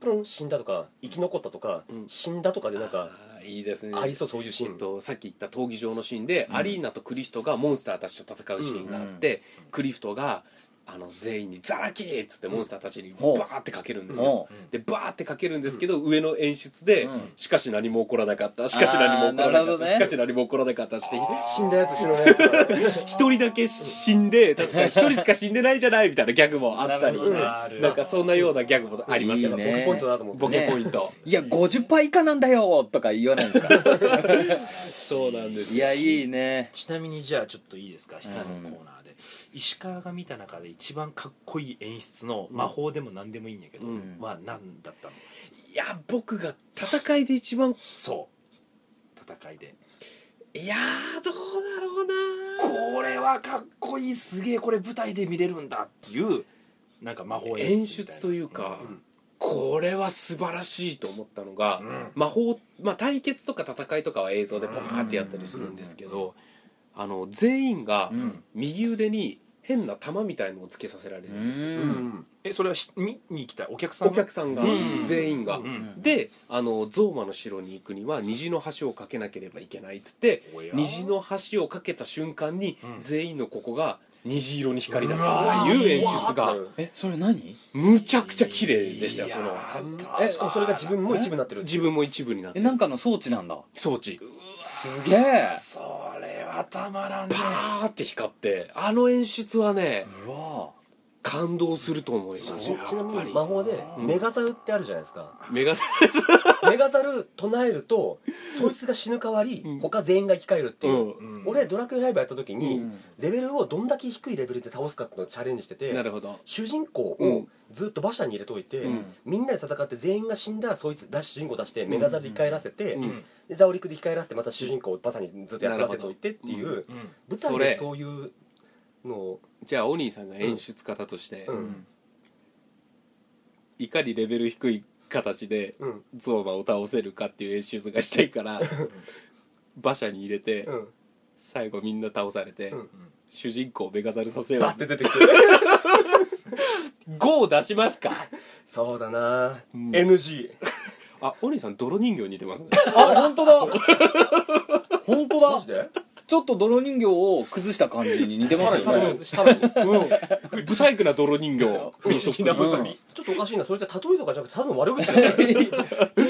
Speaker 5: プルン死んだとか生き残ったとか、
Speaker 1: うん
Speaker 5: 死んだとかでなんか
Speaker 1: あーいいですね
Speaker 5: ありそうそういうシ
Speaker 1: え
Speaker 5: ー
Speaker 1: っ
Speaker 5: ン、
Speaker 1: と、さっき言った闘技場のシーンで、アリーナとクリフトがモンスターたちと戦うシーンがあって、クリフトが「あの全員に「ザラキー!」っつってモンスターたちにバ
Speaker 2: うん
Speaker 1: ーってかけるんですよ
Speaker 2: も
Speaker 1: でバーってかけるんですけど上の演出で
Speaker 2: うん
Speaker 1: 「しかし何も起こらなかった」「しかし何も起こ
Speaker 2: あーな
Speaker 1: ら
Speaker 2: るほ
Speaker 1: な
Speaker 2: ど
Speaker 1: かった」「
Speaker 2: ね
Speaker 1: しかし何も起こらなかった」って
Speaker 5: 死んだやつ死なないやつだね
Speaker 1: 一人だけ死んで確かに一人しか死んでないじゃないみたいなギャグもあったり
Speaker 3: なるほどある
Speaker 1: なんかそんなようなギャグもありました
Speaker 2: いい
Speaker 5: 僕
Speaker 2: ね
Speaker 5: ポイントだと思って
Speaker 1: ボケポイント、
Speaker 2: いや50杯以下なんだよとか言わないんですか
Speaker 1: そうなんです
Speaker 2: いやいいね
Speaker 3: ちなみにじゃあちょっといいですか質問コーナーで、石川が見た中で一番かっこいい演出の魔法でも何でもいいんやけど、
Speaker 1: うん
Speaker 3: まあ何だったの
Speaker 1: いや僕が戦いで一番
Speaker 3: そう戦いで
Speaker 1: いやーどうだろうな
Speaker 3: これはかっこいいすげえこれ舞台で見れるんだっていうなんか魔法
Speaker 1: 演
Speaker 3: 演出みたいな
Speaker 1: 出というか、
Speaker 3: ん
Speaker 1: これは素晴らしいと思ったのが、
Speaker 3: うん
Speaker 1: 魔法、まあ、対決とか戦いとかは映像でバーってやったりするんですけど、あの全員が
Speaker 2: うん
Speaker 1: 右腕に変な玉みたいのをつけさせられる
Speaker 2: うん
Speaker 1: ですよ、
Speaker 2: ん
Speaker 3: えそれはし見に来たお客さん
Speaker 1: お客さんが、
Speaker 3: うん
Speaker 1: 全員が、
Speaker 3: うん
Speaker 1: であのゾウマの城に行くには虹の橋を架けなければいけないっつって
Speaker 3: おや
Speaker 1: 虹の橋を架けた瞬間に、
Speaker 3: うん
Speaker 1: 全員のここが虹色に光り出す
Speaker 3: う
Speaker 1: っ
Speaker 3: わ
Speaker 1: ていう演出が
Speaker 5: うん
Speaker 2: えそれ何
Speaker 1: むちゃくちゃ綺麗でしたよ
Speaker 3: いや
Speaker 1: その
Speaker 3: ー
Speaker 2: え
Speaker 5: しかもそれが自分も一部になってる
Speaker 1: 自分も一部になって
Speaker 2: えなんかの装置なんだ
Speaker 1: 装置
Speaker 2: すげえ
Speaker 3: それはたまらんね
Speaker 1: バーって光ってあの演出はね
Speaker 2: うわ
Speaker 1: 感動すると思います
Speaker 5: そ
Speaker 1: よ
Speaker 5: うちなみ
Speaker 1: やっぱ
Speaker 5: に
Speaker 1: り
Speaker 5: 魔法で
Speaker 1: うん
Speaker 5: メガザルってあるじゃないですか、
Speaker 1: メガサ
Speaker 5: メガザル唱えるとそいつが死ぬ代わり
Speaker 1: うん
Speaker 5: 他全員が生き返るっていう、
Speaker 3: うん
Speaker 5: 俺ドラクエ5やった時に、
Speaker 2: うん
Speaker 5: レベルをどんだけ低いレベルで倒すかっていうのをチャレンジしてて
Speaker 1: なるほど
Speaker 5: 主人公
Speaker 1: う
Speaker 5: を
Speaker 1: ん
Speaker 5: ずっと馬車に入れといて、
Speaker 1: うん
Speaker 5: みんなで戦って全員が死んだらそいつ出し主人公出してメガザルで生き返らせて、
Speaker 1: うん
Speaker 3: うん
Speaker 5: でザオリクで生き返らせてまた主人公を馬車にずっと休ませておいてっていう、
Speaker 1: なる
Speaker 3: うん
Speaker 5: 舞台で
Speaker 1: それ
Speaker 5: そういうのを
Speaker 1: じゃあオニーさんが演出方として、
Speaker 5: うん
Speaker 1: いかにレベル低い形で
Speaker 5: うん
Speaker 1: ゾーマを倒せるかっていう演出がしたいから馬車に入れて、
Speaker 5: うん
Speaker 1: 最後みんな倒されて、
Speaker 5: うん
Speaker 1: 主人公をメガザルさせよ
Speaker 5: バッて
Speaker 1: う
Speaker 5: 出てきて
Speaker 1: 5を出しますか
Speaker 5: そうだな、
Speaker 1: うん
Speaker 5: NG
Speaker 1: あオニーさん泥人形似てますね
Speaker 2: あ本当 だ本当
Speaker 5: マ
Speaker 2: だ
Speaker 5: ジで
Speaker 2: ちょっと泥人形を崩した感じに似てますよね
Speaker 5: さらに
Speaker 1: うん不細工な泥人形美食なことに、
Speaker 5: ちょっとおかしいなそれって例えとかじゃなくてただの悪口だよね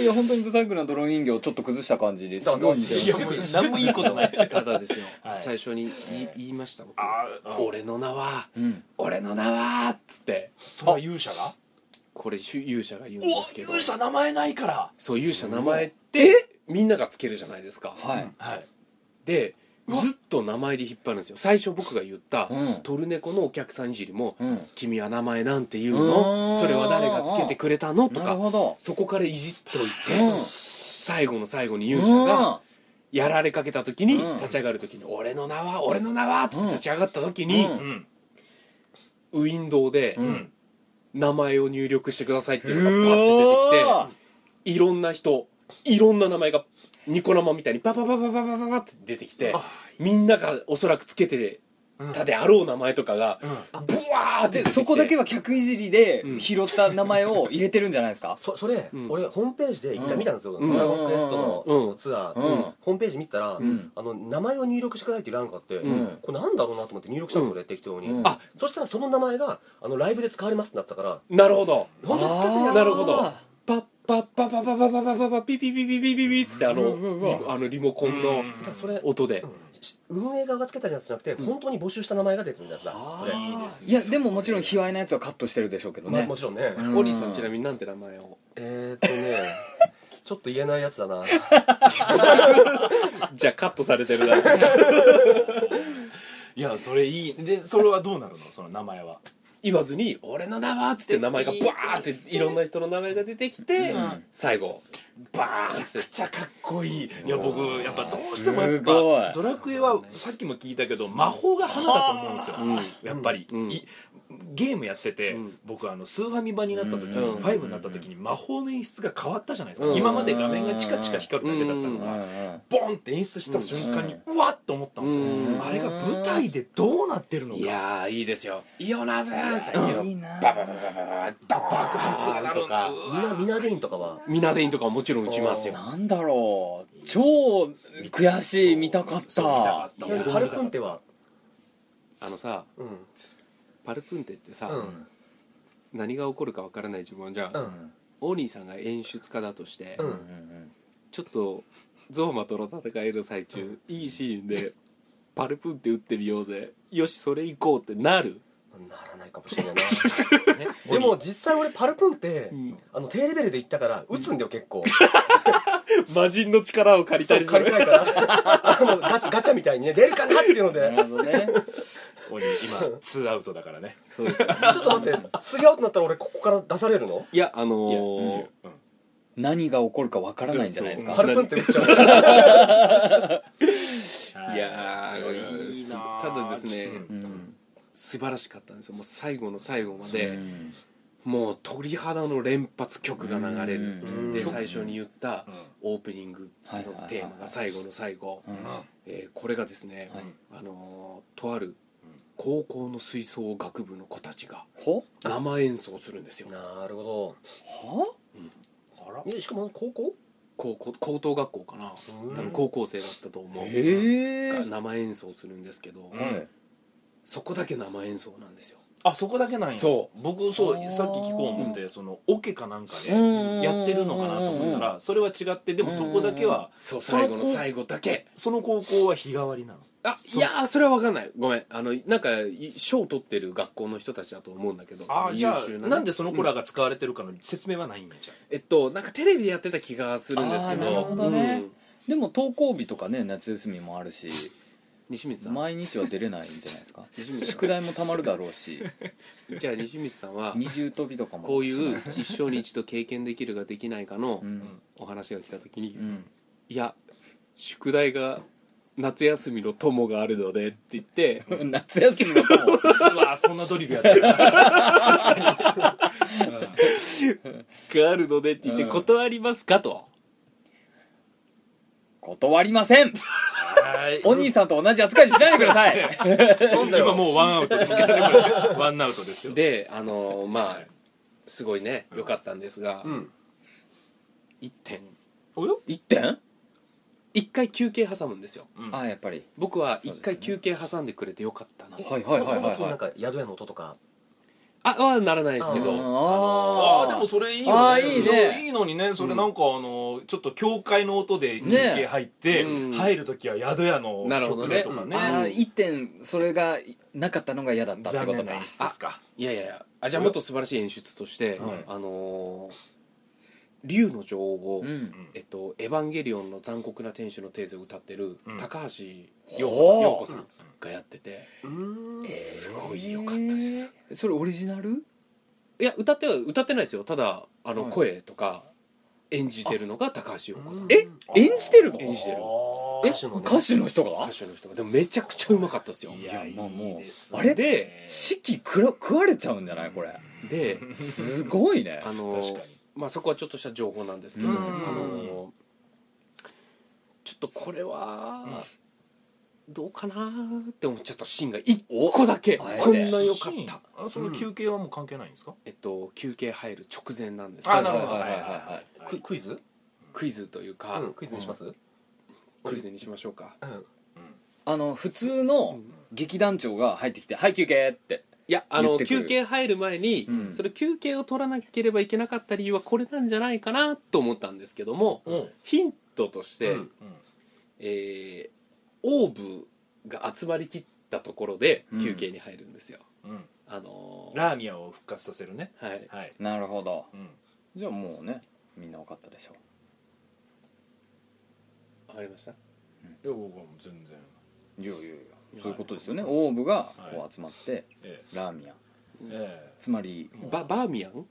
Speaker 2: いや本当に不細工な泥人形をちょっと崩した感じですごい似てます
Speaker 5: いやもう
Speaker 3: 何もいいことない
Speaker 1: ただですよ、
Speaker 3: はい
Speaker 1: 最初に言い言いました僕
Speaker 3: ああ
Speaker 1: 俺の名は
Speaker 2: うん
Speaker 1: 俺の名はっつって
Speaker 3: それは勇者が
Speaker 1: これ主勇者が言うん
Speaker 3: うわ
Speaker 1: ですけど
Speaker 3: 勇者名前ないから
Speaker 1: そう勇者名前ってみんながつけるじゃないですか
Speaker 2: はい
Speaker 3: はい
Speaker 1: でずっと名前で引っ張るんですよ最初僕が言った、
Speaker 2: うん
Speaker 1: トルネコのお客さんいじりも「
Speaker 2: うん
Speaker 1: 君は名前なんて言う
Speaker 2: うー
Speaker 1: の
Speaker 2: ん
Speaker 1: それは誰がつけてくれたの?」と
Speaker 2: なる
Speaker 1: か
Speaker 2: ほど
Speaker 1: そこからいじっといて、
Speaker 2: うん
Speaker 1: 最後の最後に勇者がやられかけた時に
Speaker 2: うん
Speaker 1: 立ち上がる時に「俺の名は俺の名は!」っつって立ち上がった時に、
Speaker 2: うん
Speaker 3: ん
Speaker 1: ウィンドウで
Speaker 2: うん
Speaker 3: うん
Speaker 1: 名前を入力してくださいって
Speaker 2: う
Speaker 1: いうのがパッて出てきて。
Speaker 2: わ
Speaker 1: いろんな人いろんな名前がニコ生みたいにパパパパパパパパって出てきてみんながおそらくつけてたであろう名前とかがブワーって
Speaker 2: で
Speaker 1: 出てきて
Speaker 2: そこだけは客いじりで
Speaker 1: うん
Speaker 2: 拾った名前を入れてるんじゃないですか
Speaker 5: そそれ、
Speaker 1: うん
Speaker 5: 俺ホームページで一回見たんですよ、
Speaker 1: うん
Speaker 5: ドラゴンクエストの、
Speaker 1: うん
Speaker 5: ツア
Speaker 2: う
Speaker 5: ー、
Speaker 2: ん
Speaker 5: ホームページ見てたら、
Speaker 2: ん
Speaker 5: あの名前を入力してくださいっていう欄があって、
Speaker 2: ん
Speaker 5: これなんだろうなと思って入力したんですよ、俺適当に、
Speaker 2: うん
Speaker 5: あそしたらその名前があのライブで使われますってなってたから
Speaker 1: なるほど
Speaker 5: 本当に使ってん
Speaker 2: あ
Speaker 5: や
Speaker 2: ー
Speaker 1: なるほどパッパッパパパパパパパパピピピピピピピっつってあのリあのリモコンの
Speaker 5: だからそれ、
Speaker 1: 音で
Speaker 5: し運営側がつけたやつじゃなくて、本当に募集した名前が出てるやつだそれ、
Speaker 1: いいです
Speaker 2: いやでももちろん卑猥なやつはカットしてるでしょうけど
Speaker 5: まあ
Speaker 2: ね
Speaker 5: もちろんね、
Speaker 2: うん
Speaker 1: オリーさんちなみになんて名前を
Speaker 5: えー、っとね ちょっと言えないやつだな
Speaker 1: じゃあカットされてるな
Speaker 3: いやそれいいでそれはどうなるのその名前は
Speaker 1: 言わずに「俺の名は」っつって名前がバーっていろんな人の名前が出てきて
Speaker 2: うん
Speaker 1: 最後バーンって
Speaker 3: ちゃかっこいいいや僕やっぱどうしてもや
Speaker 2: すご
Speaker 3: っぱ
Speaker 2: い
Speaker 3: ドラクエはさっきも聞いたけど魔法が花だと思うんですよ、やっぱり、
Speaker 1: うん
Speaker 3: いゲームやってて、
Speaker 1: うん
Speaker 3: 僕あのスーファミ版になった時に、
Speaker 1: うん
Speaker 3: ファイブになった時に魔法の演出が変わったじゃないですか、
Speaker 1: うん
Speaker 3: 今まで画面がチカチカ光るだけだったのが、
Speaker 2: うん
Speaker 3: ボンって演出した瞬間に、うわっと思ったんですよ、
Speaker 1: うん
Speaker 3: あれが舞台でどうなってるのか
Speaker 1: いやーいいですよイオナーズさっき
Speaker 2: うんいい
Speaker 1: の
Speaker 2: な
Speaker 1: バババババババ爆発
Speaker 3: な
Speaker 1: 音
Speaker 3: る
Speaker 1: と
Speaker 3: んだ
Speaker 1: か
Speaker 3: う
Speaker 5: みなみなでいんとかは
Speaker 1: ミナデインとかももちろん打ちますよ
Speaker 2: なんだろう超悔しい見たかっ
Speaker 3: そう見たか
Speaker 2: た
Speaker 3: った
Speaker 5: パルプンテは
Speaker 1: あのさ
Speaker 5: うん
Speaker 1: 「パルプンテってさ、
Speaker 5: うん
Speaker 1: 何が起こるかわからない自分じゃ、、
Speaker 5: うんん
Speaker 1: オーニーさんが演出家だとして、
Speaker 5: うん
Speaker 1: ちょっとゾーマとの戦いの最中、いいシーンで「パルプンテ打ってみようぜよしそれ行こう」ってなる、
Speaker 5: ならないかもしれないなでも実際俺パルプンって
Speaker 1: うん
Speaker 5: あの低レベルで行ったから打つんだよ結構
Speaker 1: 魔人の力を借りた
Speaker 5: そう
Speaker 1: りす
Speaker 5: 借り
Speaker 1: る
Speaker 5: たいからあのガチャガチャみたいにね出るかなっていうので
Speaker 2: なるほどね
Speaker 3: 鬼今ツーアウトだからね
Speaker 1: そうですよね
Speaker 5: ちょっと待ってすり合うとなったら俺ここから出されるの
Speaker 1: いやあの
Speaker 3: い
Speaker 1: ー
Speaker 3: や違ううん
Speaker 2: 何が起こるかわからないんじゃないです
Speaker 5: パ
Speaker 2: か
Speaker 5: ルプンって打っちゃうから
Speaker 1: いやー
Speaker 3: いいなー
Speaker 1: ただですね、
Speaker 3: うん
Speaker 2: うん
Speaker 1: 素晴らしかったんですよもう最後の最後まで、
Speaker 2: うん
Speaker 1: もう鳥肌の連発曲が流れる、
Speaker 5: うん
Speaker 1: で
Speaker 5: うん
Speaker 1: 最初に言ったオープニングのテーマが最後の最後、
Speaker 2: うん
Speaker 1: えーこれがですね、
Speaker 2: はい
Speaker 1: あのーとある高校の吹奏楽部の子たちが
Speaker 2: ほ
Speaker 1: 生演奏するんですよ
Speaker 5: なるほ
Speaker 2: は
Speaker 3: あら
Speaker 5: どえしかも高校
Speaker 1: 高校高等学校かな
Speaker 5: うん
Speaker 1: 多分高校生だったと思う、
Speaker 2: え
Speaker 1: が
Speaker 2: え
Speaker 1: 生演奏するんですけど、
Speaker 3: うん
Speaker 1: そこだけ生演奏なんですよ
Speaker 3: あそこだけなんや
Speaker 1: そ
Speaker 3: 僕そう
Speaker 2: あー
Speaker 3: さっき聞こう思ってそのオケかなんかで
Speaker 2: うんうんうんうん
Speaker 3: やってるのかなと思ったらそれは違ってでもそこだけは
Speaker 1: そう
Speaker 3: そ
Speaker 1: 最
Speaker 3: の高
Speaker 1: 後の最後だけ
Speaker 3: その高校は日替わりなの
Speaker 1: あいやーそれは分かんないごめんあのなんかい賞を取ってる学校の人たちだと思うんだけど
Speaker 3: あ
Speaker 1: その
Speaker 3: じゃ
Speaker 1: 優秀
Speaker 3: あ
Speaker 1: ね
Speaker 3: なんでその子らが使われてるかの説明はないんやじゃ
Speaker 1: えっとなんかテレビでやってた気がするんですけど
Speaker 2: あーなるほどねでも登校日とかね夏休みもあるし
Speaker 1: うん西光さん
Speaker 2: 毎日は出れないんじゃないですか
Speaker 1: 西光さん
Speaker 2: 宿題もたまるだろうし
Speaker 1: じゃあ西光さんは
Speaker 2: 二重跳びとかも
Speaker 1: こういう一生に一度経験できるかできないかの
Speaker 2: うん
Speaker 1: お話が来た時に
Speaker 2: うん
Speaker 1: 「いや宿題が夏休みの友があるので」って言って
Speaker 2: 夏休みの友
Speaker 3: んうわそんなドリルやってる確かに
Speaker 1: 「があるので」って言って「
Speaker 2: うん
Speaker 1: 断りますか?」と。
Speaker 2: 断りません
Speaker 3: はい
Speaker 2: お兄さんと同じ扱いにしないでください
Speaker 5: なんだよ
Speaker 3: 今もうワンアウトですからねこれワンアウトですよ
Speaker 1: であのーまあ
Speaker 3: はい
Speaker 1: すごいね良かったんですが
Speaker 5: うん
Speaker 1: 1点
Speaker 3: およ
Speaker 2: 一点
Speaker 1: 1回休憩挟むんですよ
Speaker 3: うん
Speaker 2: あやっぱり
Speaker 1: 僕は1回休憩挟んでくれてよかったな
Speaker 2: はいはいはいはい
Speaker 5: その時なん
Speaker 2: は
Speaker 5: か宿屋の音とか
Speaker 1: あはならないですけど
Speaker 5: あー
Speaker 1: あ
Speaker 3: あ
Speaker 1: の
Speaker 3: あでもそれいい
Speaker 2: あ
Speaker 3: よ
Speaker 2: ー
Speaker 3: ね
Speaker 2: いいね
Speaker 3: いのにねそれなんかあのちょっと教会の音
Speaker 2: ね
Speaker 3: で休憩入って
Speaker 1: うん
Speaker 3: 入る時は宿屋の
Speaker 1: なるほど
Speaker 3: 曲
Speaker 1: ね
Speaker 3: でとか
Speaker 2: い
Speaker 3: ね
Speaker 2: ああ一点それがなかったのが嫌だったって
Speaker 3: 残
Speaker 2: こと
Speaker 3: 念な
Speaker 2: か
Speaker 3: 演出ですか
Speaker 1: いやいやいやあじゃあもっと素晴らしい演出として、
Speaker 2: はい
Speaker 1: あのー竜の女王を、
Speaker 2: うん
Speaker 1: えっと「エヴァンゲリオンの残酷な天使のテーゼ」を歌ってる
Speaker 3: うん
Speaker 1: 高橋
Speaker 2: よう
Speaker 1: 陽子さん陽
Speaker 2: こ
Speaker 1: 子さんがやってて
Speaker 5: うん
Speaker 1: すごい良かったです
Speaker 2: すそれオリジナル
Speaker 1: いや歌っては歌ってないですよただあの
Speaker 2: はい
Speaker 1: 声とか演じてるのが高橋陽子さん
Speaker 5: え
Speaker 2: 演じてるの
Speaker 1: 演じてる
Speaker 3: あ
Speaker 5: 歌手のね
Speaker 2: 歌手の人が
Speaker 1: 歌手の人がでもめちゃくちゃうまかったですよ
Speaker 3: ー
Speaker 2: やまあもう
Speaker 3: いいですね
Speaker 2: あれ
Speaker 3: で
Speaker 2: 式食ら食われちゃうんじゃないこれ
Speaker 1: です
Speaker 2: ごいね
Speaker 1: あのー
Speaker 3: 確かに
Speaker 1: まあ、そこはちょっとした情報なんですけど、
Speaker 2: うん
Speaker 1: あのちょっとこれはどうかなーって思っちゃったシーンが1個だけ
Speaker 2: お
Speaker 1: そんな良かった
Speaker 3: たその休憩はもう関係ないんですか
Speaker 1: えっと休憩入る直前なんです
Speaker 3: あ
Speaker 1: け
Speaker 3: な
Speaker 1: ど
Speaker 3: るほど
Speaker 2: はいはいはい
Speaker 5: ククイズ
Speaker 1: クイズというか、
Speaker 5: うんクイズにしますうん
Speaker 1: クイズにしましょうか
Speaker 2: あの普通の劇団長が入ってきて「はい休憩」って
Speaker 1: いやあ
Speaker 2: 言
Speaker 1: の
Speaker 2: ってくる
Speaker 1: 休憩入る前に、
Speaker 2: うん
Speaker 1: それ休憩を取らなければいけなかった理由はこれなんじゃないかなと思ったんですけども、
Speaker 3: うんうん
Speaker 1: ヒントとして、
Speaker 5: うん
Speaker 1: えーオーブが集まりきったところで
Speaker 2: うん
Speaker 1: 休憩に入るんですよ、
Speaker 3: うん
Speaker 1: あのー
Speaker 3: ラーミアを復活させるね
Speaker 1: はい
Speaker 3: はい
Speaker 2: なるほど
Speaker 3: うん
Speaker 2: じゃあもうねみんな分かったでしょ
Speaker 1: わかりました
Speaker 3: いや僕はもう全然
Speaker 2: ういやいやいやそういうことですよねオーブがこう集まって
Speaker 3: ええ
Speaker 2: ラーミアン
Speaker 3: ええ
Speaker 2: つまり
Speaker 1: ババーミヤン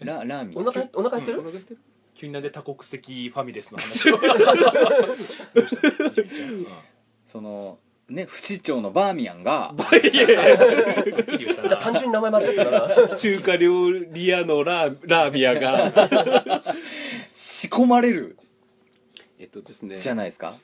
Speaker 2: ララーミ
Speaker 5: お
Speaker 2: アン
Speaker 5: 腹お腹減って
Speaker 1: お
Speaker 5: る
Speaker 1: 腹減ってる
Speaker 3: 急になんで多国籍ファミレスの話をどうした君ちゃんうん
Speaker 2: そのね不死鳥のバーミヤンが
Speaker 3: はっきり言ったな
Speaker 5: じゃあ単純に名前間違って たな
Speaker 1: 中華料理屋のラーラーミヤ が
Speaker 2: 仕込まれる
Speaker 1: えっとですね
Speaker 2: じゃないですか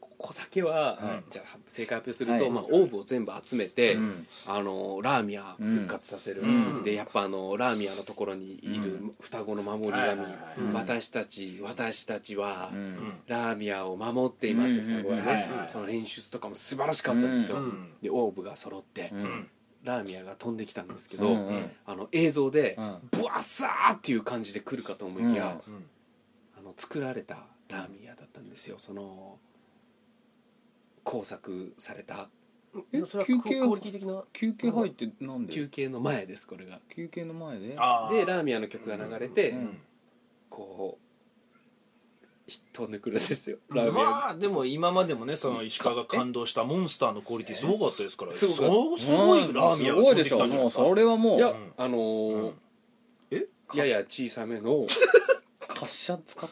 Speaker 1: ここだけは、
Speaker 2: はい
Speaker 1: じゃあ正解発表すると、
Speaker 2: はい
Speaker 1: まあ、オーブを全部集めて、
Speaker 2: うん
Speaker 1: あのラーミア復活させる、
Speaker 2: うん
Speaker 1: でやっぱあのラーミアのところにいる双子の守り神、
Speaker 3: はいはいはい
Speaker 5: うん
Speaker 1: 私たち私たちは、
Speaker 2: う
Speaker 3: うんん
Speaker 1: ラーミアを守っていますって
Speaker 2: うんうん
Speaker 1: 双子がね、
Speaker 3: はいはい
Speaker 1: その演出とかも素晴らしかったんですよ、
Speaker 5: うん
Speaker 1: でオーブが揃って、
Speaker 2: うん
Speaker 1: ラーミアが飛んできたんですけ
Speaker 2: う
Speaker 1: ど、
Speaker 2: んうん
Speaker 1: あの映像で
Speaker 2: うん
Speaker 1: ブワッサーっていう感じで来るかと思いきや、あの作られたラーミアだったんですよその工作された
Speaker 2: え
Speaker 5: それは
Speaker 2: 休
Speaker 5: ク
Speaker 2: 憩
Speaker 5: クオリティ的な
Speaker 2: 休憩入ってなんで
Speaker 1: 休憩の前ですこれが
Speaker 2: 休憩の前で
Speaker 3: あー
Speaker 1: でラーミアの曲が流れて、
Speaker 2: うん
Speaker 1: こう飛んでくるんですよラーミアが
Speaker 3: まあでも今までもねその石川が感動したモンスターのクオリティすごかったですから
Speaker 1: す
Speaker 3: す
Speaker 1: ごかった
Speaker 3: ごすご
Speaker 2: う
Speaker 3: い
Speaker 2: ん
Speaker 3: ラーメン
Speaker 2: す
Speaker 3: が
Speaker 2: ごい
Speaker 3: 飛ん
Speaker 2: で
Speaker 3: で
Speaker 2: し
Speaker 3: きた
Speaker 2: ょ
Speaker 3: んじゃない
Speaker 2: も
Speaker 3: で
Speaker 2: う
Speaker 3: すか
Speaker 2: それはも
Speaker 1: いや、
Speaker 2: う
Speaker 1: あのー
Speaker 3: うんえ
Speaker 1: やや小さめの
Speaker 2: 滑車使っ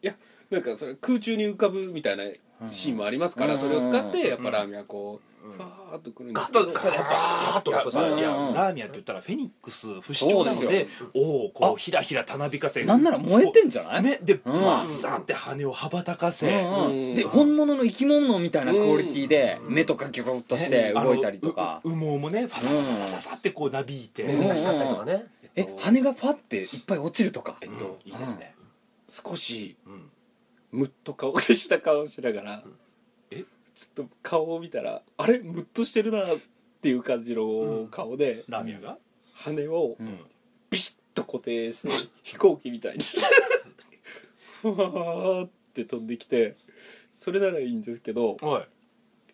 Speaker 2: て
Speaker 1: なんかそれ空中に浮かぶみたいなシーンもありますから、
Speaker 2: うん
Speaker 1: それを使っ
Speaker 2: うん
Speaker 1: てやっぱラーメンはこう、ファーっとくるんですけ
Speaker 5: ガ
Speaker 1: ど
Speaker 5: ッとガーッとやっぱさ
Speaker 2: うん
Speaker 3: いや
Speaker 2: うん
Speaker 3: ラーミアって言ったらフェニックス不死鳥なの
Speaker 2: そうで
Speaker 3: でおおこうひらひらたなびかせ
Speaker 2: なんなら燃えてんじゃない
Speaker 3: ねで
Speaker 2: う
Speaker 3: バ
Speaker 2: ん
Speaker 3: ッサーって羽を羽ばたかせ
Speaker 2: うんうん
Speaker 1: うん
Speaker 2: で本物の生き物みたいなクオリティで目とかギョロッとして動いたりとか
Speaker 3: あのう羽毛もねファサファサファサファサってこうなびいて
Speaker 5: 目が光ったりとかね
Speaker 1: え
Speaker 2: え
Speaker 1: っと
Speaker 2: 羽がパッていっぱい落ちるとか
Speaker 1: えっ
Speaker 3: うん
Speaker 1: と
Speaker 3: いいですね
Speaker 1: 少し
Speaker 3: うん
Speaker 1: ムッと顔した顔をしながら、
Speaker 3: え
Speaker 1: ちょっと顔を見たらあれムッとしてるなっていう感じの顔で、
Speaker 3: ラーミアが
Speaker 1: 羽を
Speaker 2: うん
Speaker 1: ビシッと固定して、飛行機みたいにふわーって飛んできてそれならいいんですけど
Speaker 3: おい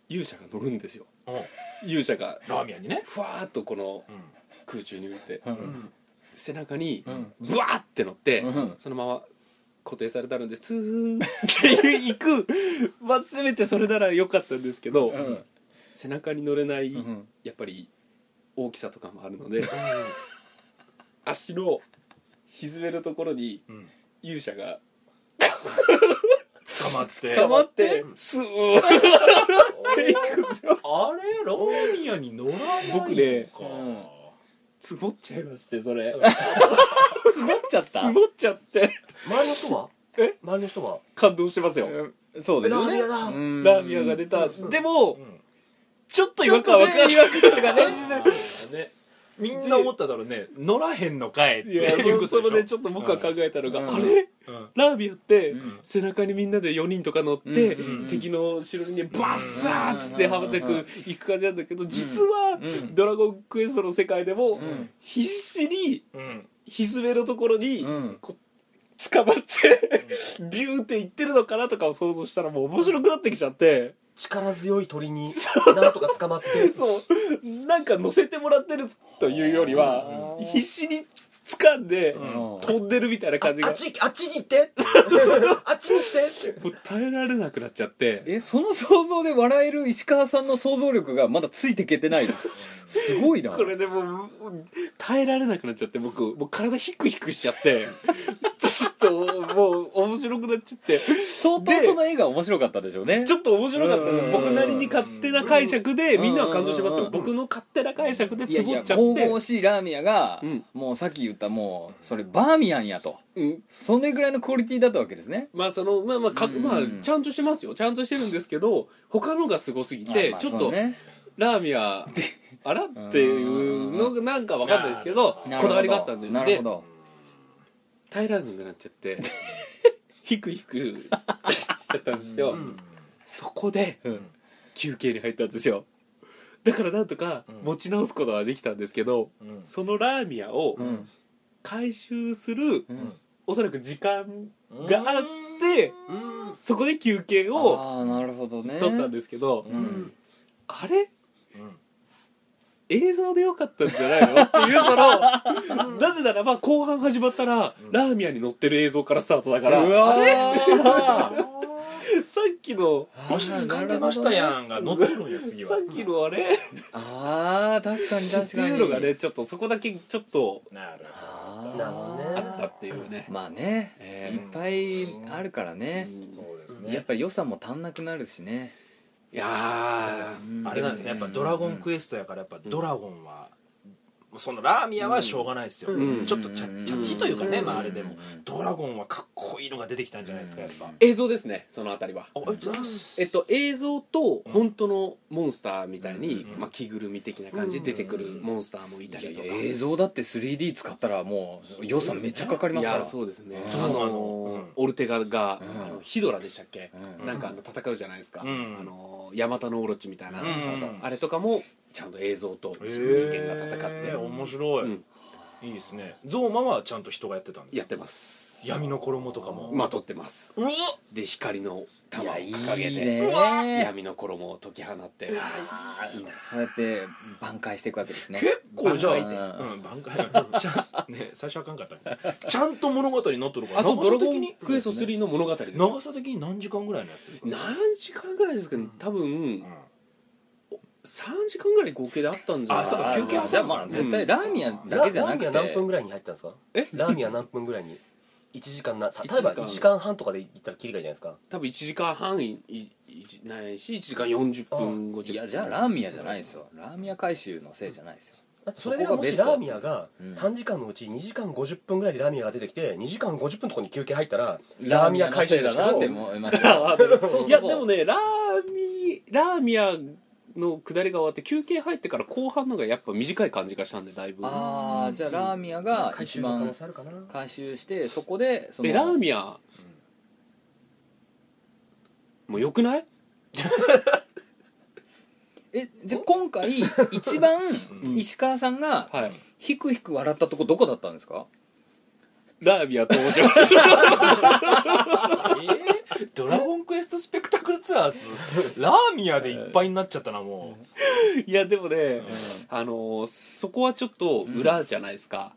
Speaker 1: 勇者が乗るんですよ
Speaker 3: お
Speaker 1: 勇者が
Speaker 3: ラーミアにね
Speaker 1: ふわーっとこの
Speaker 3: うん
Speaker 1: 空中に浮いて
Speaker 2: うん
Speaker 1: 背中に
Speaker 2: うん
Speaker 1: ブワーって乗って、
Speaker 2: うん
Speaker 1: そのまま固定されたのでスーって行く、 まあ、全てそれなら良かったんですけど、
Speaker 2: うん
Speaker 1: 背中に乗れない、
Speaker 2: うん
Speaker 1: やっぱり大きさとかもあるので、足の蹄のところに
Speaker 3: うん
Speaker 1: 勇者が
Speaker 3: 捕まって
Speaker 1: 捕まってスーって行くんですよ
Speaker 3: あれラーミアに乗らないのか
Speaker 1: 僕ね
Speaker 2: うん
Speaker 1: 積もっちゃいましてそれ
Speaker 2: 積もっちゃった
Speaker 1: 積もっちゃって
Speaker 5: 周りの人は
Speaker 1: え
Speaker 5: 周りの人は
Speaker 1: 感動してますよ、
Speaker 2: うんそうですよね
Speaker 5: ラーメン屋だ
Speaker 2: うん
Speaker 1: ラーミアが出た、でも
Speaker 3: うん
Speaker 1: ちょっと違和感わかんない
Speaker 3: ねみんな思っただろうね乗らへんのかいって
Speaker 1: いや
Speaker 3: いうこ
Speaker 1: そ
Speaker 3: と
Speaker 1: こ
Speaker 3: で
Speaker 1: で
Speaker 3: し
Speaker 1: ちょっと僕は考えたのが、
Speaker 2: うん
Speaker 1: あれ
Speaker 3: ょうん
Speaker 1: ラーミアって
Speaker 2: うん
Speaker 1: 背中にみんなで4人とか乗って、
Speaker 2: うんうんうん
Speaker 1: 敵の後ろにバッサーっつって羽ばたく行く感じなんだけど実は、
Speaker 2: うん
Speaker 1: ドラゴンクエストの世界でも、
Speaker 2: ん
Speaker 1: 必死に
Speaker 3: うん
Speaker 1: ひずめのところに、
Speaker 2: うん
Speaker 1: こ捕まって、 ビューって行ってるのかなとかを想像したらもう面白くなってきちゃって
Speaker 5: 力強い鳥になんとか捕まって
Speaker 1: そうなんか乗せてもらってるというよりは必死に掴んで、
Speaker 2: うん
Speaker 1: 飛んでるみたいな感じ
Speaker 5: あ
Speaker 1: が
Speaker 5: っちあっちに行って あっちに行って
Speaker 1: もう耐えられなくなっちゃって
Speaker 2: えその想像で笑える石川さんの想像力がまだついていけてない ですすごいな
Speaker 1: これでもう耐えられなくなっちゃって僕もう体ヒクヒクしちゃってちょっともう面白くなっちゃって
Speaker 2: 相当その絵が面白かったでしょうね
Speaker 1: ちょっと面白かったんで
Speaker 2: うん
Speaker 1: す僕なりに勝手な解釈で
Speaker 2: うん
Speaker 1: みんなは感動してます
Speaker 2: う
Speaker 1: よ
Speaker 2: ん
Speaker 1: 僕の勝手な解釈で
Speaker 2: いやい
Speaker 1: つぼっ
Speaker 2: や
Speaker 1: ちゃっ
Speaker 2: 神
Speaker 1: て
Speaker 2: 々しいラーミアが、
Speaker 1: うん
Speaker 2: もうさっき言ったもうそれバーミヤンやと
Speaker 1: うん
Speaker 2: それぐらいのクオリティだったわけですね
Speaker 1: まあそのまあまあか
Speaker 2: うん
Speaker 1: まあちゃんとしてますよちゃんとしてるんですけど他のがすごすぎ
Speaker 2: あ
Speaker 1: て
Speaker 2: まあ
Speaker 1: ちょっ
Speaker 2: そう
Speaker 1: と
Speaker 2: ね
Speaker 1: ラーメンはあらっていうのがなんかわかんないですけどこ
Speaker 2: なるほど
Speaker 1: だわりがあったんで
Speaker 2: なる
Speaker 1: で
Speaker 2: ほど
Speaker 1: 耐えられなくなっちゃって ひくひくしちゃったんですよ、そこで、休憩に入ったんですよだからなんとか
Speaker 3: ん
Speaker 1: 持ち直すことはできたんですけど、
Speaker 3: うん
Speaker 1: そのラーミアを
Speaker 2: うん
Speaker 1: 回収する、
Speaker 2: うん
Speaker 1: おそらく時間があって、そこで休憩を
Speaker 2: ああなるほどね
Speaker 1: 取ったんですけど、
Speaker 2: うん
Speaker 1: あれ映像でよかったんじゃないのっていうそのなぜならば後半始まったら、ラーミアに乗ってる映像からスタートだから
Speaker 2: うわー
Speaker 1: さっきの
Speaker 3: もし掴んでましたやんが乗ってるんや次
Speaker 1: さ
Speaker 3: は
Speaker 1: っきのあれ
Speaker 2: あー確かに
Speaker 1: っ
Speaker 2: 確
Speaker 1: て
Speaker 2: かに
Speaker 1: いうのがねちょっとそこだけちょっと
Speaker 3: なる
Speaker 2: あー
Speaker 5: なるほどね
Speaker 1: あったっていうね、
Speaker 2: まあね
Speaker 1: え
Speaker 2: いっぱいあるからね
Speaker 1: ー
Speaker 3: そうです
Speaker 2: やっぱり予算も足んなくなるしね
Speaker 1: いや
Speaker 2: うん
Speaker 3: あれなんですねやっぱ「ドラゴンクエスト」やからやっぱドラゴンはそのラーミアはしょうがないですよ
Speaker 1: うん
Speaker 3: ちょっとちゃちゃちというかねまああれでも
Speaker 2: うん
Speaker 3: ドラゴンはかっこいいのが出てきたんじゃないですかやっぱあ
Speaker 1: ー映像ですねそのあたりは
Speaker 3: ありがとうございま
Speaker 1: え
Speaker 3: す
Speaker 1: っと映像と本当のモンスターみたいに、
Speaker 3: うん
Speaker 1: まあ、着ぐるみ的な感じで出てくるモンスターもいたり
Speaker 2: い
Speaker 1: と
Speaker 2: や
Speaker 1: か
Speaker 2: 映像だって 3D 使ったらもう予算めっちゃかかり
Speaker 1: い
Speaker 2: ますから
Speaker 1: やそうですね、
Speaker 2: うん
Speaker 1: あ
Speaker 3: そうな
Speaker 1: の
Speaker 3: の
Speaker 1: ー
Speaker 3: うん
Speaker 1: オルテ
Speaker 2: う
Speaker 1: ガが、
Speaker 2: ん
Speaker 1: あのヒドラでしたっけ、
Speaker 2: うん
Speaker 1: なんかあの戦うじゃないですか、
Speaker 3: うん
Speaker 1: あのーヤマタノオロチみたいな、
Speaker 3: うん
Speaker 1: あれとかもちゃんと映像と人間が戦って、
Speaker 3: えー面白い、
Speaker 1: うん
Speaker 3: いいですねゾーマはちゃんと人がやってたんです
Speaker 1: やっ
Speaker 3: か
Speaker 1: てます
Speaker 3: 闇の衣とかも、
Speaker 1: まとってます
Speaker 3: うわ
Speaker 1: で光の
Speaker 2: い
Speaker 1: 玉を
Speaker 2: やいい
Speaker 1: 掲げて
Speaker 2: ね
Speaker 1: 闇の衣を解き放って
Speaker 2: そうやって挽回していくわけですね
Speaker 3: 結構じゃ
Speaker 2: 挽
Speaker 3: あ、
Speaker 2: 回
Speaker 3: うん、挽回ちゃんね最初あかんかったみたいなちゃんと物語になっとるから
Speaker 1: あそう「ドラゴ
Speaker 3: 的
Speaker 1: ン
Speaker 3: に
Speaker 1: クエスト3」の物語です
Speaker 3: 長さ的に何時間ぐらいのやつですか、
Speaker 1: 何時間ぐらいですかね多
Speaker 3: う
Speaker 1: 分
Speaker 3: ん
Speaker 1: 3時間ぐらい合計であったんじゃない
Speaker 3: あそう
Speaker 2: あ
Speaker 3: か
Speaker 2: ー
Speaker 3: 休憩挟む
Speaker 2: じゃあまあ絶対ラーメンだ
Speaker 5: ラ
Speaker 2: けじゃ
Speaker 5: ラ
Speaker 2: なく
Speaker 5: ーミ
Speaker 2: て
Speaker 5: は何分ぐらいに入ったんですか
Speaker 1: え
Speaker 5: ラーミは何分ぐらいに1時間なさ例え
Speaker 1: 1
Speaker 5: ば
Speaker 1: 時間
Speaker 5: 1時間半とかで行ったらキリがいいじゃないですか
Speaker 1: 多分1時間半いいいないし1時間40分50分
Speaker 2: いやじゃあラーミヤじゃないですよラーミヤ回収のせいじゃないですよ
Speaker 5: だってそれでも
Speaker 2: そこがベ
Speaker 5: し
Speaker 2: スト
Speaker 5: ラーミアが
Speaker 2: うん
Speaker 5: 3時間のうち2時間50分ぐらいでラーミアが出てきて2時間50分のとこに休憩入ったらラーミア回収
Speaker 2: ラー
Speaker 5: でし
Speaker 2: ミヤのせいだな
Speaker 5: ょ
Speaker 2: って思いますよ
Speaker 1: いやでもねラーミラーミアの下りが終わって休憩入ってから後半のがやっぱ短い感じがしたんでだいぶ
Speaker 2: ああじゃあラーミヤが
Speaker 5: 回
Speaker 2: 一
Speaker 5: 収の可能
Speaker 2: 番
Speaker 5: 性あるかな
Speaker 2: 回収してそこでその
Speaker 1: えラーミアもうよくない
Speaker 2: えじゃあ今回一番
Speaker 1: うん
Speaker 2: 石川さんが
Speaker 1: はい
Speaker 2: ひくひく笑ったとこどこだったんですか
Speaker 1: ラーミア登場
Speaker 3: えードラゴンクエストスペクタクルツアーズ ラーミアでいっぱいになっちゃったなも
Speaker 1: いやでもね
Speaker 3: う、
Speaker 1: あのーそこはちょっと裏じゃないですか、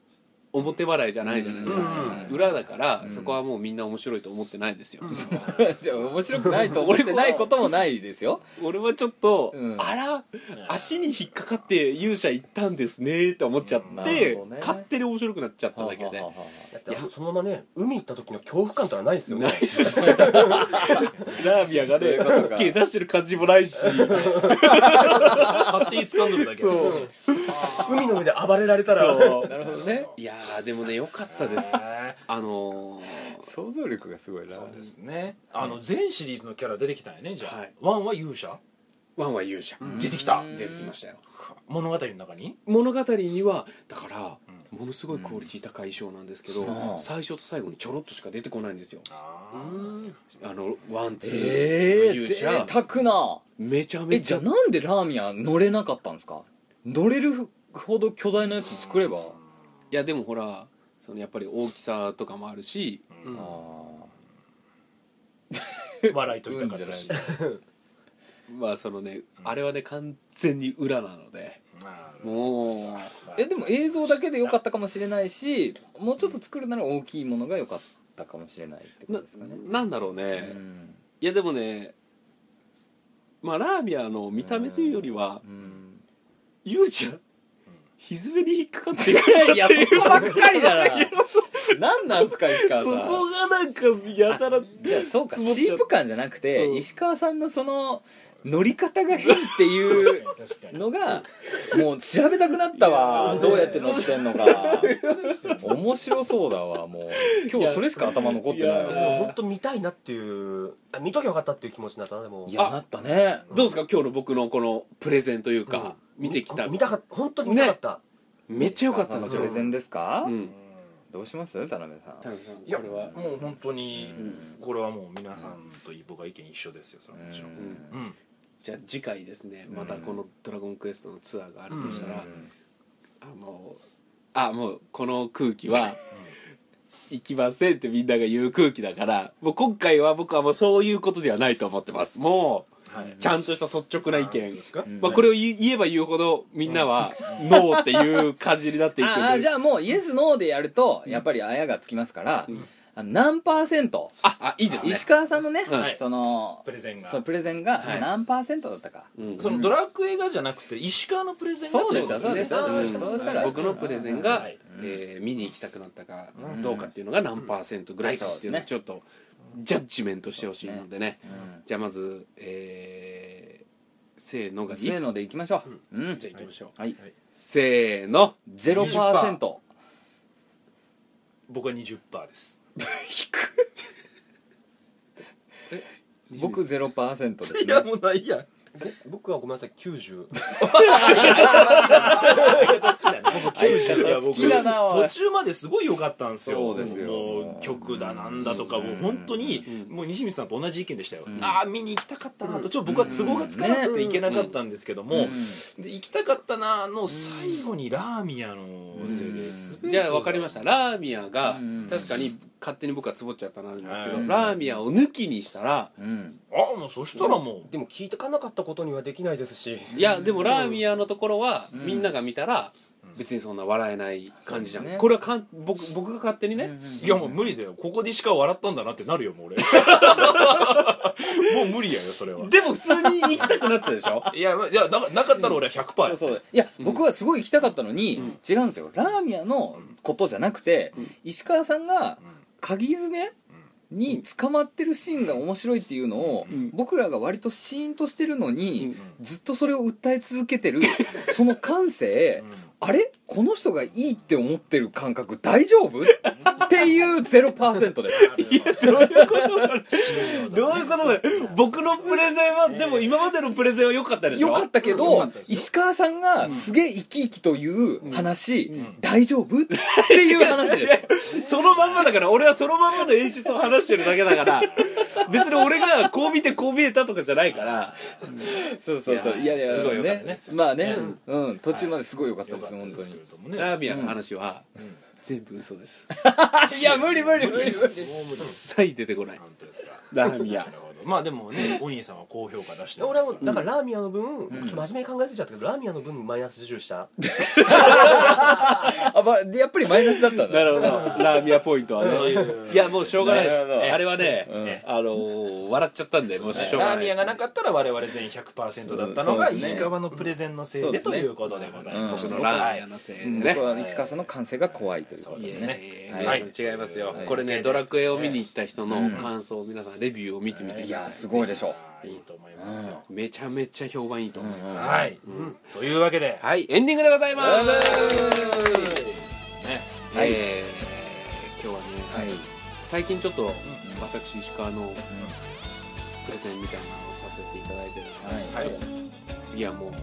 Speaker 1: 表払いじゃないじゃないですか、
Speaker 2: うん
Speaker 1: 裏だから、
Speaker 3: うん
Speaker 1: そこはもうみんな面白いと思ってないですよ、
Speaker 2: じゃあ面白くないと思ってないこともないですよ
Speaker 1: 俺はちょっと、
Speaker 2: うん
Speaker 1: あら
Speaker 3: うん
Speaker 1: 足に引っかかって勇者行ったんですねって思っちゃっ
Speaker 2: な
Speaker 1: て
Speaker 2: る、ほどね
Speaker 1: 勝手に面白くなっちゃっただけで、
Speaker 5: だってそのままね海行った時の恐怖感とはないですよ
Speaker 1: な
Speaker 5: ね
Speaker 1: いっすラーミアが
Speaker 2: そうい
Speaker 1: ね
Speaker 2: うことか
Speaker 1: OK 出してる感じもないし
Speaker 3: 勝手に掴んどるだけ
Speaker 1: そう
Speaker 5: 海の上で暴れられたら
Speaker 2: なるほどね
Speaker 1: いやーでもね良かっ たです
Speaker 3: へ
Speaker 1: あのー
Speaker 2: 想像力がすごい
Speaker 3: ーそうですねあの全シリーズのキャラ出てきたんやねじゃ
Speaker 1: はい
Speaker 3: あワンは勇者
Speaker 1: ワンは勇者
Speaker 2: ん
Speaker 1: 出てきた出てきましたよ
Speaker 3: 物語の中に
Speaker 1: 物語にはだからものすごいクオリティ高い衣装なんですけど、
Speaker 2: うん
Speaker 1: 最初と最後にちょろっとしか出てこないんですよ
Speaker 3: あ
Speaker 1: あのワンツー
Speaker 2: ええ
Speaker 1: の勇
Speaker 2: 贅
Speaker 1: 者、
Speaker 2: 沢な
Speaker 1: めちゃ
Speaker 2: え
Speaker 1: め
Speaker 2: じ
Speaker 1: ち
Speaker 2: ゃ
Speaker 1: ゃ
Speaker 2: あなんでラーミヤ乗れなかったんですか乗れるほど巨大なやつ作れば
Speaker 1: いやでもほらそのやっぱり大きさとかもあるし
Speaker 5: うん
Speaker 2: あ
Speaker 3: ー笑いとりたかったし
Speaker 2: 運
Speaker 1: まあそのねあれはね完全に裏なので
Speaker 3: まあ
Speaker 1: もう
Speaker 2: ーえでも映像だけで良かったかもしれないしもうちょっと作るなら大きいものが良かったかもしれないってこ
Speaker 1: な
Speaker 2: とですかね
Speaker 1: なんだろうね、
Speaker 2: うん
Speaker 1: いやでもねまあラーミアの見た目というよりは
Speaker 2: うん
Speaker 1: ユーちゃんひずめに引っかかっていく
Speaker 2: いやそこばっかりだな 何なんすか石川
Speaker 1: そ
Speaker 2: さ
Speaker 1: こ
Speaker 2: ん
Speaker 1: がなんかやたら
Speaker 2: じゃあそうか
Speaker 1: 積もっちゃ
Speaker 2: チ
Speaker 1: う
Speaker 2: ープ感じゃなくて、
Speaker 1: うん
Speaker 2: 石川さんのその乗り方が変っていう
Speaker 3: 確かに
Speaker 2: のがもう調べたくなったわ
Speaker 3: いや
Speaker 2: どうやって乗ってんのか面白そうだわもう今日それしか頭残ってない
Speaker 1: い
Speaker 2: わ
Speaker 1: や
Speaker 5: 本当見たいなっていうあ見ときゃよかったっていう気持ちになったなでも
Speaker 2: いやなったね
Speaker 1: どうですか今日の僕のこのプレゼンというか、
Speaker 5: うん
Speaker 1: 見てきた
Speaker 5: 見たかった本当に見たかった、
Speaker 1: めっちゃ良かったんです
Speaker 2: プ
Speaker 1: よ
Speaker 2: レゼンですか、
Speaker 1: うん
Speaker 2: どうします田辺さん
Speaker 1: 田辺さん
Speaker 3: いや
Speaker 1: これは
Speaker 3: もう本当に
Speaker 2: うん
Speaker 3: これはもう皆さんと僕は意見一緒ですよそれはもちろん
Speaker 2: う
Speaker 1: うん
Speaker 3: うん
Speaker 1: じゃあ次回ですねまたこの「ドラゴンクエスト」のツアーがあるとしたら、あのあもうこの空気は行きませんってみんなが言う空気だからもう今回は僕はもうそういうことではないと思ってますも
Speaker 3: はい。
Speaker 1: うちゃんとした率直な意見
Speaker 3: ですか
Speaker 1: まあ、これを言い言えば言うほどみんなはノーっていう感じになっていくんで
Speaker 2: ああじ
Speaker 1: あ
Speaker 2: ゃあもうイエスノーでやるとやっぱりあやがつきますから、
Speaker 1: うん
Speaker 2: あの何パーセント
Speaker 1: あいいですね
Speaker 2: 石川さんのね、
Speaker 1: はい
Speaker 2: その
Speaker 3: プレゼンが
Speaker 2: そうプレゼンが
Speaker 1: はい
Speaker 2: 何パーセントだったか、
Speaker 1: うん
Speaker 3: そのドラクエがじゃなくて石川のプレゼンが
Speaker 2: そうですよそうですよ
Speaker 3: そうですね
Speaker 2: そうしたら
Speaker 1: 僕のプレゼンが、
Speaker 3: はい
Speaker 1: えー見に行きたくなったかどうかっていうのが何パーセントぐらいかっていうのを
Speaker 2: うん
Speaker 1: ちょっとジャッジメントしてほしいのでね
Speaker 2: うん
Speaker 1: じゃあまず、えーせーのがいい
Speaker 2: せーのでいきましょううん、
Speaker 1: じゃあ行きましょう、
Speaker 2: はい
Speaker 1: せーの
Speaker 2: ゼロパーセント
Speaker 3: 僕は20%です
Speaker 2: 僕ゼロパーセントです
Speaker 5: い
Speaker 2: ね
Speaker 5: もうないやん僕はごめんなさい90
Speaker 2: 好きだなおい
Speaker 3: 途中まですごい良かったんですよ
Speaker 2: そうですよ
Speaker 3: もう曲だなんだとかもう本当にもう西光さんと同じ意見でしたよ、ああ見に行きたかったなとちょっと僕は都合がつかなくて行けなかったんですけども、で行きたかったなの最後にラーミヤのせいです
Speaker 1: じゃあ分かりましたラーミアが
Speaker 2: うん
Speaker 1: 確かに勝手に僕はつぼっちゃったなるんですけど、
Speaker 3: うん
Speaker 1: ラーミアを抜きにしたら
Speaker 2: うん
Speaker 3: ああもうそしたらも
Speaker 5: でも聞いてかなかったことにはできないですし
Speaker 1: いやでもラーミアのところは
Speaker 2: うん
Speaker 1: みんなが見たら別にそんな笑えない感じじゃん、
Speaker 2: そうですね
Speaker 1: これはかん僕僕が勝手にね、
Speaker 3: ういやもう無理だよここで石川笑ったんだなってなる よもう俺もう無理やよそれは
Speaker 1: でも普通に行きたくなったで しょ
Speaker 3: いやまいやなかなかったら俺は100%や
Speaker 2: そ
Speaker 3: っ
Speaker 2: うそういや僕はすごい行きたかったのに違うんですよラーミヤのことじゃなくて石川さんが鍵爪に捕まってるシーンが面白いっていうのを
Speaker 1: うん
Speaker 2: 僕らが割とシーンとしてるの
Speaker 1: う
Speaker 2: に
Speaker 1: ん
Speaker 2: ずっとそれを訴え続けて るその感性あれこの人がいいって思ってる感覚大丈夫っていう0%です
Speaker 1: どういうことだよ僕のプレゼンはでも今までのプレゼンは良かったでしょ
Speaker 2: よかったけ
Speaker 1: 良か
Speaker 2: ど
Speaker 1: ったですよ
Speaker 2: 石川さんがすげえ生き生きという話大丈夫っていう話です
Speaker 1: そのまんまだから俺はそのまんまの演出を話してるだけだから別に俺がこう見てこう見えたとかじゃないから
Speaker 2: そうそうそう
Speaker 1: い
Speaker 2: い
Speaker 1: や
Speaker 2: やいや
Speaker 1: すごい良かった
Speaker 2: ねまあねうん途中まですごい良かったです本当に
Speaker 3: ども
Speaker 1: ラーミアの話は全部嘘 です
Speaker 2: いや無理無理無理
Speaker 1: 一切出てこない
Speaker 3: 本当ですか
Speaker 1: ラーミア
Speaker 3: なるほどまあでもねお兄さんは高評価出してます
Speaker 5: 俺
Speaker 3: から
Speaker 5: はもうだからラーミアの分、ちょっと真面目に考えすぎちゃったけどラーミアの分マイナス10した
Speaker 2: あばやっぱりマイナスだったん
Speaker 1: な
Speaker 2: だ
Speaker 1: るほどラーミアポイントはねいやもうしょうがないで
Speaker 2: なるほ
Speaker 1: す
Speaker 2: ど
Speaker 1: あれはね
Speaker 2: ん
Speaker 1: あのー笑っちゃったんでもうしょうが
Speaker 3: ラ
Speaker 1: な
Speaker 3: ー
Speaker 1: い
Speaker 3: ミ
Speaker 1: で
Speaker 3: ヤ
Speaker 1: す
Speaker 3: がなかったら我々全員100%だったのが
Speaker 2: うんそうです
Speaker 3: 石
Speaker 2: ね
Speaker 3: 川のプレゼンのせい
Speaker 2: うん
Speaker 3: でということでございます
Speaker 1: 僕
Speaker 2: うん
Speaker 1: のラーミアのせいでね
Speaker 2: 僕は石川さんの感性が怖いということ
Speaker 1: い
Speaker 2: で
Speaker 1: や
Speaker 2: す
Speaker 1: いや
Speaker 2: ね
Speaker 1: い
Speaker 2: はい
Speaker 1: や皆さん違いますよ、
Speaker 2: はい
Speaker 1: これねドラクエを見に行った人
Speaker 2: う
Speaker 1: の
Speaker 2: ん
Speaker 1: 感想を皆さんレビューを見てみて
Speaker 2: い
Speaker 1: くだ
Speaker 2: や
Speaker 1: さ
Speaker 2: すごいでしょ
Speaker 3: あーいいと思いますよ
Speaker 1: いめちゃめちゃ評判いいと思います、
Speaker 3: はいというわけで
Speaker 1: はいエンディングでございます、
Speaker 3: ね
Speaker 1: はいえー今日はね、
Speaker 2: はい
Speaker 1: 最近ちょっと私石川のプレゼンみたいなのをさせていただいてるので、
Speaker 3: はい
Speaker 1: ちょっと次はもう
Speaker 2: う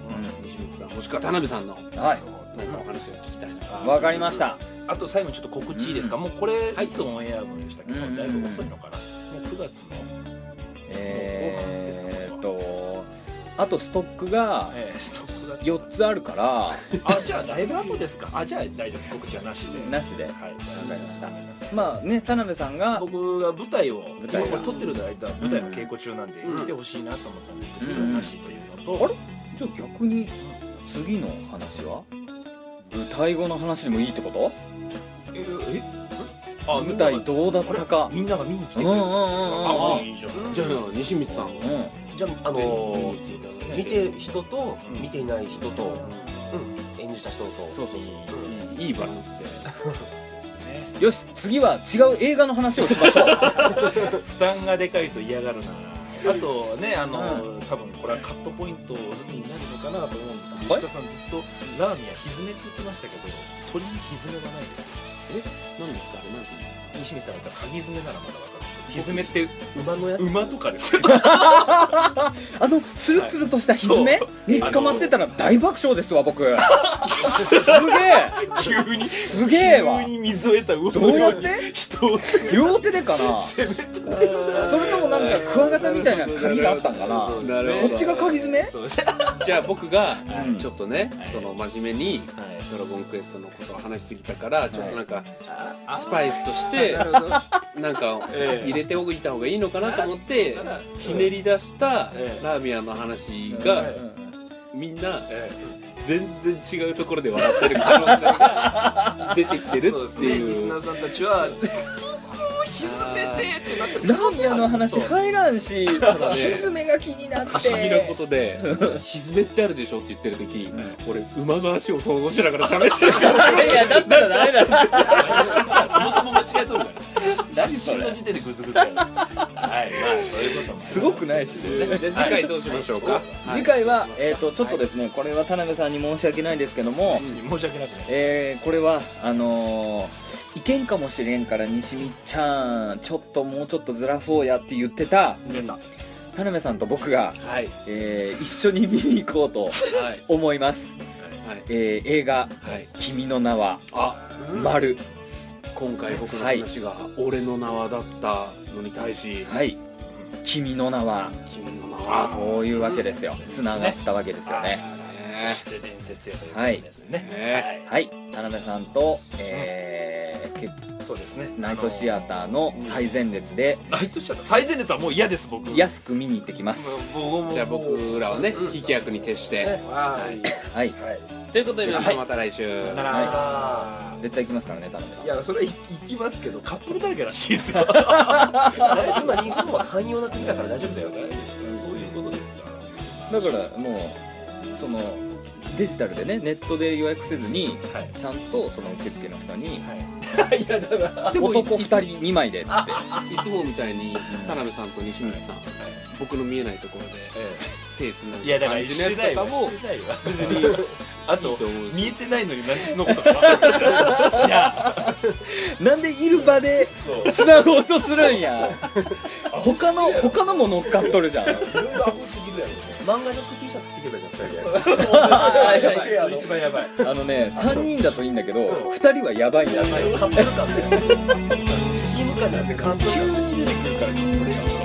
Speaker 1: 西光さんもしくは田辺さんの
Speaker 2: んはい
Speaker 1: 何かお話を聞きたいな
Speaker 2: わかりました
Speaker 3: あと最後にちょっと告知いいですか、
Speaker 2: う
Speaker 3: もうこれいつオンエア分でしたっけ、
Speaker 2: うん
Speaker 3: もうだいぶ遅いのかな、もう9月の、
Speaker 2: えーっとあとストックが
Speaker 3: えー、ストックが
Speaker 2: 4つあるから
Speaker 3: あじゃあだいぶ後ですかあじゃあ大丈夫です告知はなしで
Speaker 2: なしで
Speaker 3: はいわ
Speaker 2: かりました
Speaker 3: わかりました
Speaker 2: まあね田辺さんが
Speaker 3: 僕が舞台を
Speaker 2: 舞台を
Speaker 3: 今これ撮ってる間舞台の稽古中なんで、
Speaker 1: うん
Speaker 3: 来てほしいなと思ったんですけど、
Speaker 2: うん
Speaker 3: それはなしというのと、
Speaker 2: あれじゃあ逆に次の話は舞台後の話でもいいってこと
Speaker 3: ええあ
Speaker 2: 舞台どうだったか
Speaker 3: みんなが見に来てくれるってことです
Speaker 2: うんうんうん
Speaker 3: か
Speaker 2: うん
Speaker 3: あいいじゃん
Speaker 1: じゃあ西光さん
Speaker 2: うん
Speaker 5: じゃああのー見てる人と
Speaker 3: うん
Speaker 5: 見ていない人と、演じた人と
Speaker 1: そうそうそういいいいバランスで
Speaker 2: よし次は違う映画の話をし ましょう
Speaker 3: 負担がでかいと嫌がるなあとねあの、多分これはカットポイントになるのかなと思うんですけど
Speaker 2: はい
Speaker 3: 石川さんずっとラーミンはひずめって言ってましたけど鳥にひずめがないですよ
Speaker 1: 何ですかあれ何て言うんですか
Speaker 3: 西見さんだったら鍵爪ならまだ分かるんですけどひずめって
Speaker 5: 馬のやつ
Speaker 3: 馬とかです よ
Speaker 2: あのツルツルとしたひずめ
Speaker 3: そう
Speaker 2: に捕まってたら大爆笑ですわ僕すげ え
Speaker 3: 急に
Speaker 2: すげえわ
Speaker 3: 急に水を得た魚
Speaker 2: ど
Speaker 3: の
Speaker 2: う
Speaker 3: よ
Speaker 2: や
Speaker 3: う
Speaker 2: っ
Speaker 3: に
Speaker 2: て
Speaker 3: 人を攻
Speaker 2: 両手でかな
Speaker 3: めて
Speaker 2: それともなんかクワガタみたいな鍵があったんかなこ
Speaker 1: なる
Speaker 2: っちが鍵爪
Speaker 3: そうですね
Speaker 1: じゃあ僕が
Speaker 2: うん
Speaker 1: ちょっとね、
Speaker 3: はい
Speaker 1: その真面目に
Speaker 3: はい
Speaker 1: 「ドラゴンクエスト」のことを話しすぎたからちょっとなんか
Speaker 3: あ
Speaker 1: スパイスと してなんか
Speaker 3: ええ
Speaker 1: 入れておいた方がいいのかなと思って
Speaker 3: だから
Speaker 1: ひねり出した
Speaker 3: ええ
Speaker 1: ラーミアの話
Speaker 3: う
Speaker 1: が
Speaker 3: ん
Speaker 1: みんな
Speaker 3: え
Speaker 1: 全然違うところで笑ってる可能性が出てきて
Speaker 3: え
Speaker 1: る
Speaker 3: そうで
Speaker 1: っ
Speaker 3: す
Speaker 1: て
Speaker 3: ねリス
Speaker 1: い
Speaker 3: ナ
Speaker 1: う
Speaker 3: ーさんたちはひずめてってなって
Speaker 2: ラーメンの話入らんしひ
Speaker 1: ね
Speaker 2: ずめが気になって
Speaker 1: 不思議なこと で「ひずめってあるでしょ」って言ってる時俺馬の足を想像しながら喋ってるから
Speaker 2: いやだったらダメだ
Speaker 3: そもそも間違えとるから
Speaker 2: 何
Speaker 3: 一
Speaker 2: そ
Speaker 3: 瞬の
Speaker 2: れ
Speaker 3: 時点でグズグズやなはいまあそういうことも
Speaker 2: すごくないしね
Speaker 1: じゃあ次回どうしましょうか、
Speaker 2: 次回は、えー、とちょっとですね、これは田辺さんに申し訳ないですけども、
Speaker 3: 別に申し訳なくない
Speaker 2: えーこれはあのー、いけんかもしれんから西見ちゃんちょっともうちょっとずらそうやって言ってた
Speaker 3: 出た
Speaker 2: 田辺さんと僕が、
Speaker 1: はい
Speaker 2: えー一緒に見に行こうと
Speaker 1: はい
Speaker 2: 思います、
Speaker 1: はい
Speaker 2: えー映画
Speaker 1: はい
Speaker 2: 「君の名は
Speaker 1: あ
Speaker 2: 丸
Speaker 1: 今回僕の話が「俺の名は」だったのに対し
Speaker 2: はい「君の名は
Speaker 1: 「君の名」は
Speaker 2: そういうわけですよつながったわけですよね」
Speaker 1: ね
Speaker 3: そして伝説へということですね、
Speaker 1: ね
Speaker 2: はい田辺さんと、えーけ
Speaker 3: そうですね
Speaker 2: ナイトシアターの最前列で
Speaker 3: ナイトシアター最前列はもう嫌です僕
Speaker 2: 安く見に行ってきます
Speaker 1: じゃあ僕らはね引き役に徹して
Speaker 5: はい
Speaker 2: はい
Speaker 1: ということで皆さ
Speaker 3: は
Speaker 1: ん
Speaker 3: い
Speaker 1: また来週
Speaker 3: さよなら
Speaker 5: あ
Speaker 2: 絶対行きますからね田辺さん
Speaker 5: ーいやそれい行きますけど
Speaker 3: カップルだらけらしいですよ
Speaker 5: 今日本は寛容な国だから 大丈夫だよ
Speaker 3: そういうことですか
Speaker 2: だからもうそのデジタルでねネットで予約せずに
Speaker 3: はい
Speaker 2: ちゃんとその受付の人に
Speaker 3: はい嫌だな
Speaker 1: でも
Speaker 2: 男2
Speaker 1: いつ
Speaker 2: 人2枚でって
Speaker 1: いつもみたいに田辺さんと西光さん僕の見えないところで手つなぐ
Speaker 3: いやだから
Speaker 1: 感じの
Speaker 3: し
Speaker 1: やつと
Speaker 3: てない
Speaker 1: か
Speaker 3: わ
Speaker 1: も
Speaker 3: してないわ別にあ
Speaker 1: いい
Speaker 3: と
Speaker 1: と思うし
Speaker 3: 見えてないのに何でそのことか分かるんだよじゃあ
Speaker 2: なんでいる場で
Speaker 3: そう
Speaker 2: つなごうとするんや他の他のも乗っかっとるじゃん
Speaker 3: いろいろアホすぎるやろね
Speaker 5: 漫画の T シャツ着てけばいいじゃん二人で
Speaker 3: や
Speaker 5: やば
Speaker 3: ば
Speaker 5: い
Speaker 3: い
Speaker 5: そ れ一
Speaker 3: それ一番やばい
Speaker 2: あのね3人だといいんだけど
Speaker 5: そう
Speaker 2: 2人はやばいんだよ
Speaker 5: カップル感だよチーム感なんて関係ない
Speaker 2: 急に出てくるからそれやばい